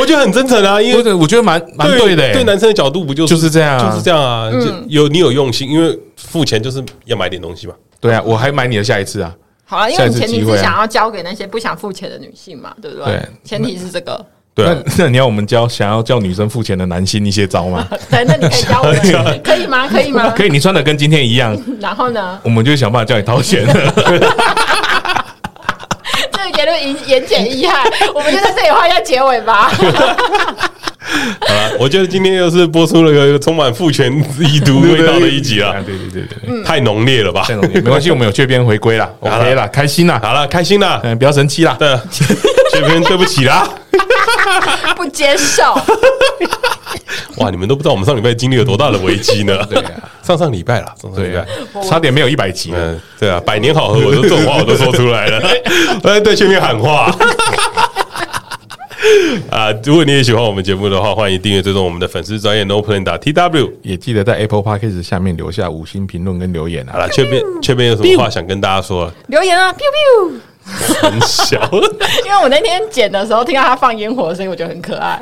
我觉得很真诚啊，因我为觉得我觉得蛮蛮对的、欸，对男生的角度不就是就是这样啊就是这样啊，就有你有用心，因为付钱就是要买点东西嘛。对啊，我还买你的下一次啊。 [laughs] 好了，因为你下一次前提机是会啊想要交给那些不想付钱的女性嘛，对不对？对前提是这个。 [laughs] 对啊， [laughs] 那那你要我们教想要叫女生付钱的男性一些招 [laughs] 吗？对，那你可以教我们，可以吗？可以 [laughs] 吗？可以，你穿的跟今天一样， [laughs] 然后呢？我们就想办法叫你掏钱。这个结论言言简意赅，我们就在这里画一下结尾吧。好了，啊我觉得今天又是播出了个充满父权意毒味道的一集啊，了，对对对对对，嗯太浓烈了吧？这种也没关系，我们有雀边回归啦好啦，OK 啦，开心啦，好了，开心啦，嗯，不要生气啦。 [laughs] 对，这边对不起啦。不接受，哇，你们都不知道我们上礼拜经历了多大的危机呢？对啊，上上礼拜啦，上上礼 [laughs] 对啊拜。，差点没有一百集了。嗯，对啊，百年好合，我都这种话我都说出来 [laughs] 了，我在对前面喊话。 [laughs] 啊，如果你也喜欢我们节目的话，欢迎订阅追踪我们的粉丝专业 No Plan 打 T W。也记得在 Apple Podcast 下面留下五星评论跟留言好啊！ [laughs] 了，这边这边有什么话想跟大家说？留言啊，biu biu。很小， [laughs] 因为我那天剪的时候听到他放烟火的声音，我觉得很可爱。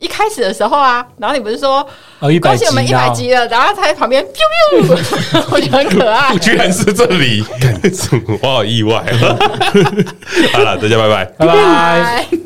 一开始的时候啊，然后你不是说哦100恭喜我们一集百啊集了，然后他在旁边 biu biu，我 [laughs] 觉得很可爱。 [laughs] 居然是这 [laughs] 里，我好意外。好了，大家拜拜。拜拜。 [laughs] 拜。